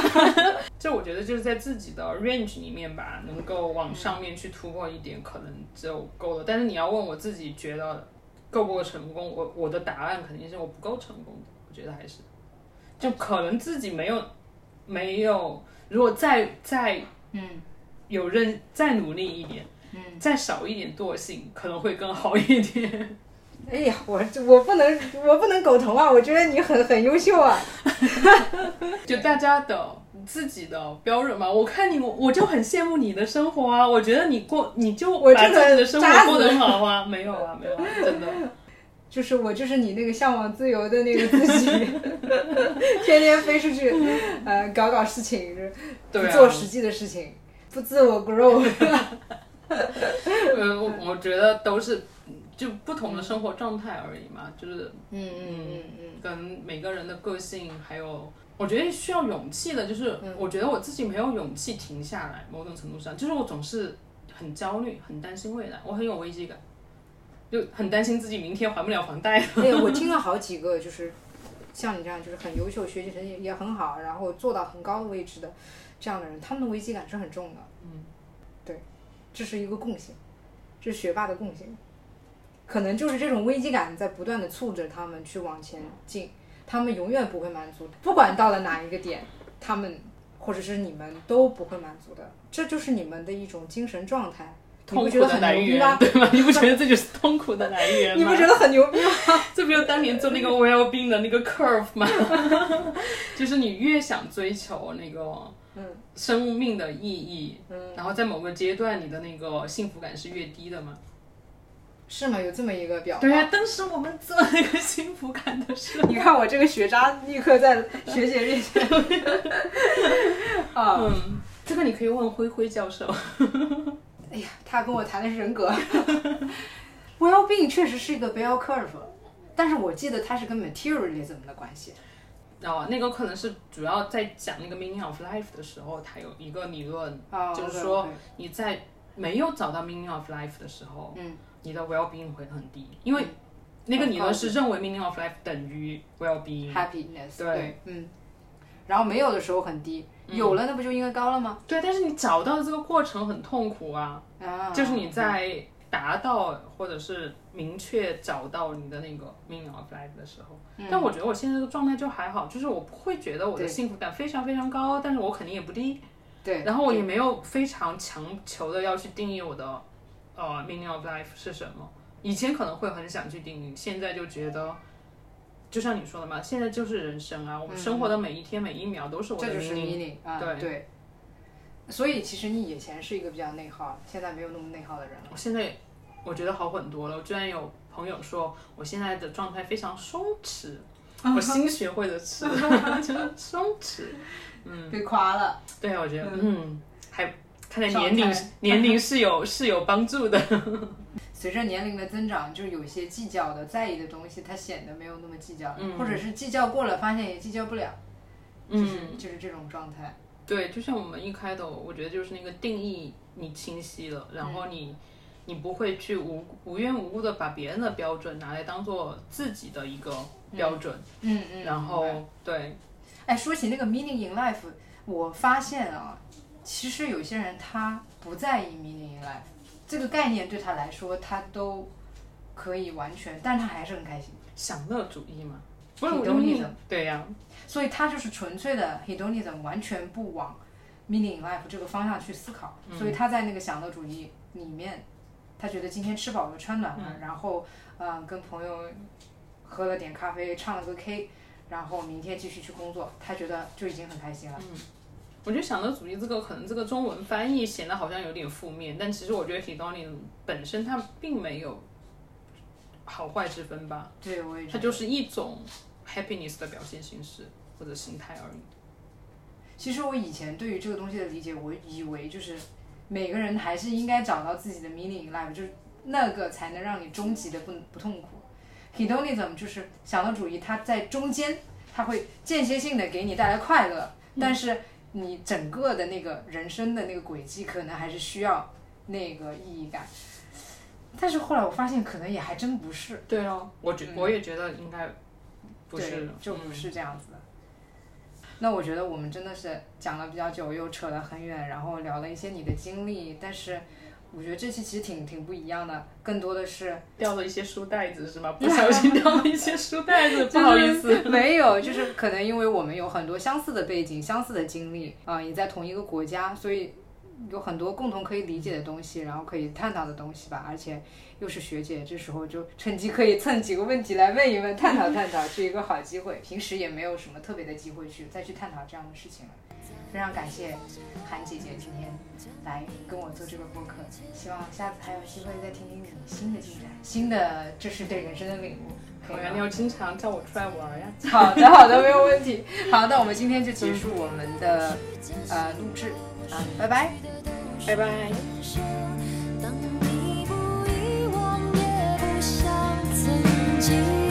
Speaker 2: 就我觉得就是在自己的 range 里面吧，能够往上面去突破一点，可能就够了。但是你要问我自己觉得够不够成功，我我的答案肯定是我不够成功的。我觉得还是，就可能自己没有没有，如果再再
Speaker 3: 嗯
Speaker 2: 有认再努力一点，
Speaker 3: 嗯，
Speaker 2: 再少一点惰性，可能会更好一点。
Speaker 3: 哎呀，我我不能我不能苟同啊！我觉得你很很优秀啊。
Speaker 2: 就大家的自己的标准嘛。我看你，我我就很羡慕你的生活啊。我觉得你过，你就
Speaker 3: 我
Speaker 2: 把
Speaker 3: 真的
Speaker 2: 自己的生
Speaker 3: 渣
Speaker 2: 活过
Speaker 3: 子
Speaker 2: 得很好 啊。没有啊，没有啊，真的。
Speaker 3: 就是我，就是你那个向往自由的那个自己，天天飞出去，呃，搞搞事情，就是
Speaker 2: 对
Speaker 3: 不
Speaker 2: 啊
Speaker 3: 做实际的事情，不自我 grow。
Speaker 2: 呃，我我觉得都是就不同的生活状态而已嘛，就是
Speaker 3: 嗯
Speaker 2: 嗯
Speaker 3: 嗯
Speaker 2: 跟每个人的个性还有。我觉得需要勇气的，就是
Speaker 3: 嗯
Speaker 2: 我觉得我自己没有勇气停下来，某种程度上，就是我总是很焦虑，很担心未来，我很有危机感，就很担心自己明天还不了房贷。
Speaker 3: 嗯。哎呀，我听了好几个，就是像你这样，就是很优秀，学习成绩也很好，然后做到很高的位置的这样的人，他们的危机感是很重的。嗯，对，这是一个共性。这是学霸的贡献。可能就是这种危机感在不断的促着他们去往前进，他们永远不会满足，不管到了哪一个点，他们或者是你们都不会满足的，这就是你们的一种精神状态。你
Speaker 2: 痛
Speaker 3: 不
Speaker 2: 苦
Speaker 3: 觉得
Speaker 2: 的
Speaker 3: 很
Speaker 2: 来
Speaker 3: 牛逼
Speaker 2: 源
Speaker 3: 吗？
Speaker 2: 对吧？你不觉得这就是痛苦的来源
Speaker 3: 你
Speaker 2: 吗？
Speaker 3: 不觉得很牛逼吗？
Speaker 2: 这不就当年做那个 well being 的那个 curve 吗？ 就是你越想追求那个
Speaker 3: 嗯
Speaker 2: 生命的意义，然后在某个阶段你的那个幸福感是越低的嘛？
Speaker 3: 是吗？有这么一个表达？
Speaker 2: 对啊呀、当时我们做那个幸福感的时候，
Speaker 3: 你看我这个学渣立刻在学姐面前 啊，
Speaker 2: 嗯，这个你可以问灰灰教授。
Speaker 3: 哎呀，他跟我谈的是人格。well being 确实是一个 bell curve，但是我记得它是跟 materialism 的关系。
Speaker 2: 哦，那个可能是主要在讲那个 meaning of life 的时候，它有一个理论，
Speaker 3: 啊，
Speaker 2: 哦就是
Speaker 3: OK，
Speaker 2: 说
Speaker 3: OK
Speaker 2: 你在没有找到 meaning of life 的时候，
Speaker 3: 嗯，
Speaker 2: 你的 well being 会很低，因为那个理论是认为 meaning of life 等于 well being。
Speaker 3: happiness，
Speaker 2: 对嗯
Speaker 3: 嗯，然后没有的时候很低，有了那不就应该高了吗？
Speaker 2: 对，但是你找到的这个过程很痛苦啊，
Speaker 3: 啊，
Speaker 2: 就是你在达到或者是明确找到你的那个 meaning of life 的时候，但我觉得我现在这个状态就还好，就是我不会觉得我的
Speaker 3: 嗯对
Speaker 2: 幸福感非常非常高，但是我肯定也不低，
Speaker 3: 对，
Speaker 2: 然后我也没有非常强求的要去定义我的呃 meaning of life 是什么。以前可能会很想去定义，现在就觉得，就像你说的嘛，现在就是人生啊，我们生活的每一天每一秒都是我的
Speaker 3: 嗯这就是
Speaker 2: meaning。
Speaker 3: meaning 啊，
Speaker 2: 对
Speaker 3: 对。所以其实你以前是一个比较内耗，现在没有那么内耗的人了。
Speaker 2: 我现在我觉得好很多了。我居然有朋友说我现在的状态非常松弛，
Speaker 3: 嗯
Speaker 2: 我新学会的词， 就是松弛。嗯
Speaker 3: 被夸了，
Speaker 2: 对，我觉得嗯，还看来
Speaker 3: 状
Speaker 2: 年龄
Speaker 3: 态
Speaker 2: 年龄是有是有帮助的。
Speaker 3: 随着年龄的增长，就是有些计较的、在意的东西，它显得没有那么计较了，
Speaker 2: 嗯
Speaker 3: 或者是计较过了，发现也计较不了，就是、
Speaker 2: 嗯
Speaker 3: 就是这种状态。
Speaker 2: 对，就像我们一开头，我觉得就是那个定义你清晰了，然
Speaker 3: 嗯
Speaker 2: 后你、你不会去无无缘无故的把别人的标准拿来当做自己的一个标准，
Speaker 3: 嗯嗯。
Speaker 2: 然
Speaker 3: 明白
Speaker 2: 后对，
Speaker 3: 哎，说起那个 meaning in life，我发现啊，其实有些人他不在意 meaning in life 这个概念，对他来说他都可以完全，但他还是很开心，
Speaker 2: 享乐主义嘛，不是
Speaker 3: 挺
Speaker 2: 我
Speaker 3: 懂你
Speaker 2: 就
Speaker 3: 的
Speaker 2: 是对呀、
Speaker 3: 所以他就是纯粹的 hedonism，完全不往 meaning in life 这个方向去思考，所以他在那个享乐主义里面，他觉得今天吃饱了穿暖了，然后嗯、呃跟朋友喝了点咖啡，唱了个 K。然后明天继续去工作，他觉得就已经很开心了。
Speaker 2: 我觉得享乐主义这个可能这个中文翻译显得好像有点负面，但其实我觉得 hedonism 本身它并没有好坏之分吧，
Speaker 3: 对，我也觉
Speaker 2: 它
Speaker 3: 得
Speaker 2: 就是一种 happiness 的表现形式或者形态而已。
Speaker 3: 其实我以前对于这个东西的理解，我以为就是每个人还是应该找到自己的 meaning in life，就是那个才能让你终极的不不痛苦。hedonism 就是享乐主义，它在中间，它会间歇性的给你带来快乐，但是你整个的那个人生的那个轨迹，可能还是需要那个意义感。但是后来我发现，可能也还真不是，
Speaker 2: 对哦，我觉、
Speaker 3: 嗯
Speaker 2: 我也觉得应该不是
Speaker 3: 对，就不
Speaker 2: 嗯
Speaker 3: 是这样子的。那我觉得我们真的是讲了比较久，又扯了很远，然后聊了一些你的经历，但是我觉得这期其实挺挺不一样的，更多的是
Speaker 2: 掉了一些书袋子是吗？不小心掉了一些书袋 子，
Speaker 3: 就是
Speaker 2: 不好意思。
Speaker 3: 没有，就是可能因为我们有很多相似的背景、相似的经历啊、也在同一个国家，所以有很多共同可以理解的东西，然后可以探讨的东西吧。而且又是学姐，这时候就趁机可以蹭几个问题来问一问、探讨探讨，是一个好机会。平时也没有什么特别的机会去再去探讨这样的事情了。非常感谢韩姐姐今天来跟我做这个播客，希望下次还有机会再听听你新的进展、新的这是对人生的领悟。可
Speaker 2: 我
Speaker 3: 以吗
Speaker 2: 原来要经常叫我出来玩呀。
Speaker 3: 好的，好的，没有问题。好，那我们今天就结束我们的呃录制啊，拜拜。
Speaker 2: 拜拜。
Speaker 1: 当你不遗忘，也不像曾经。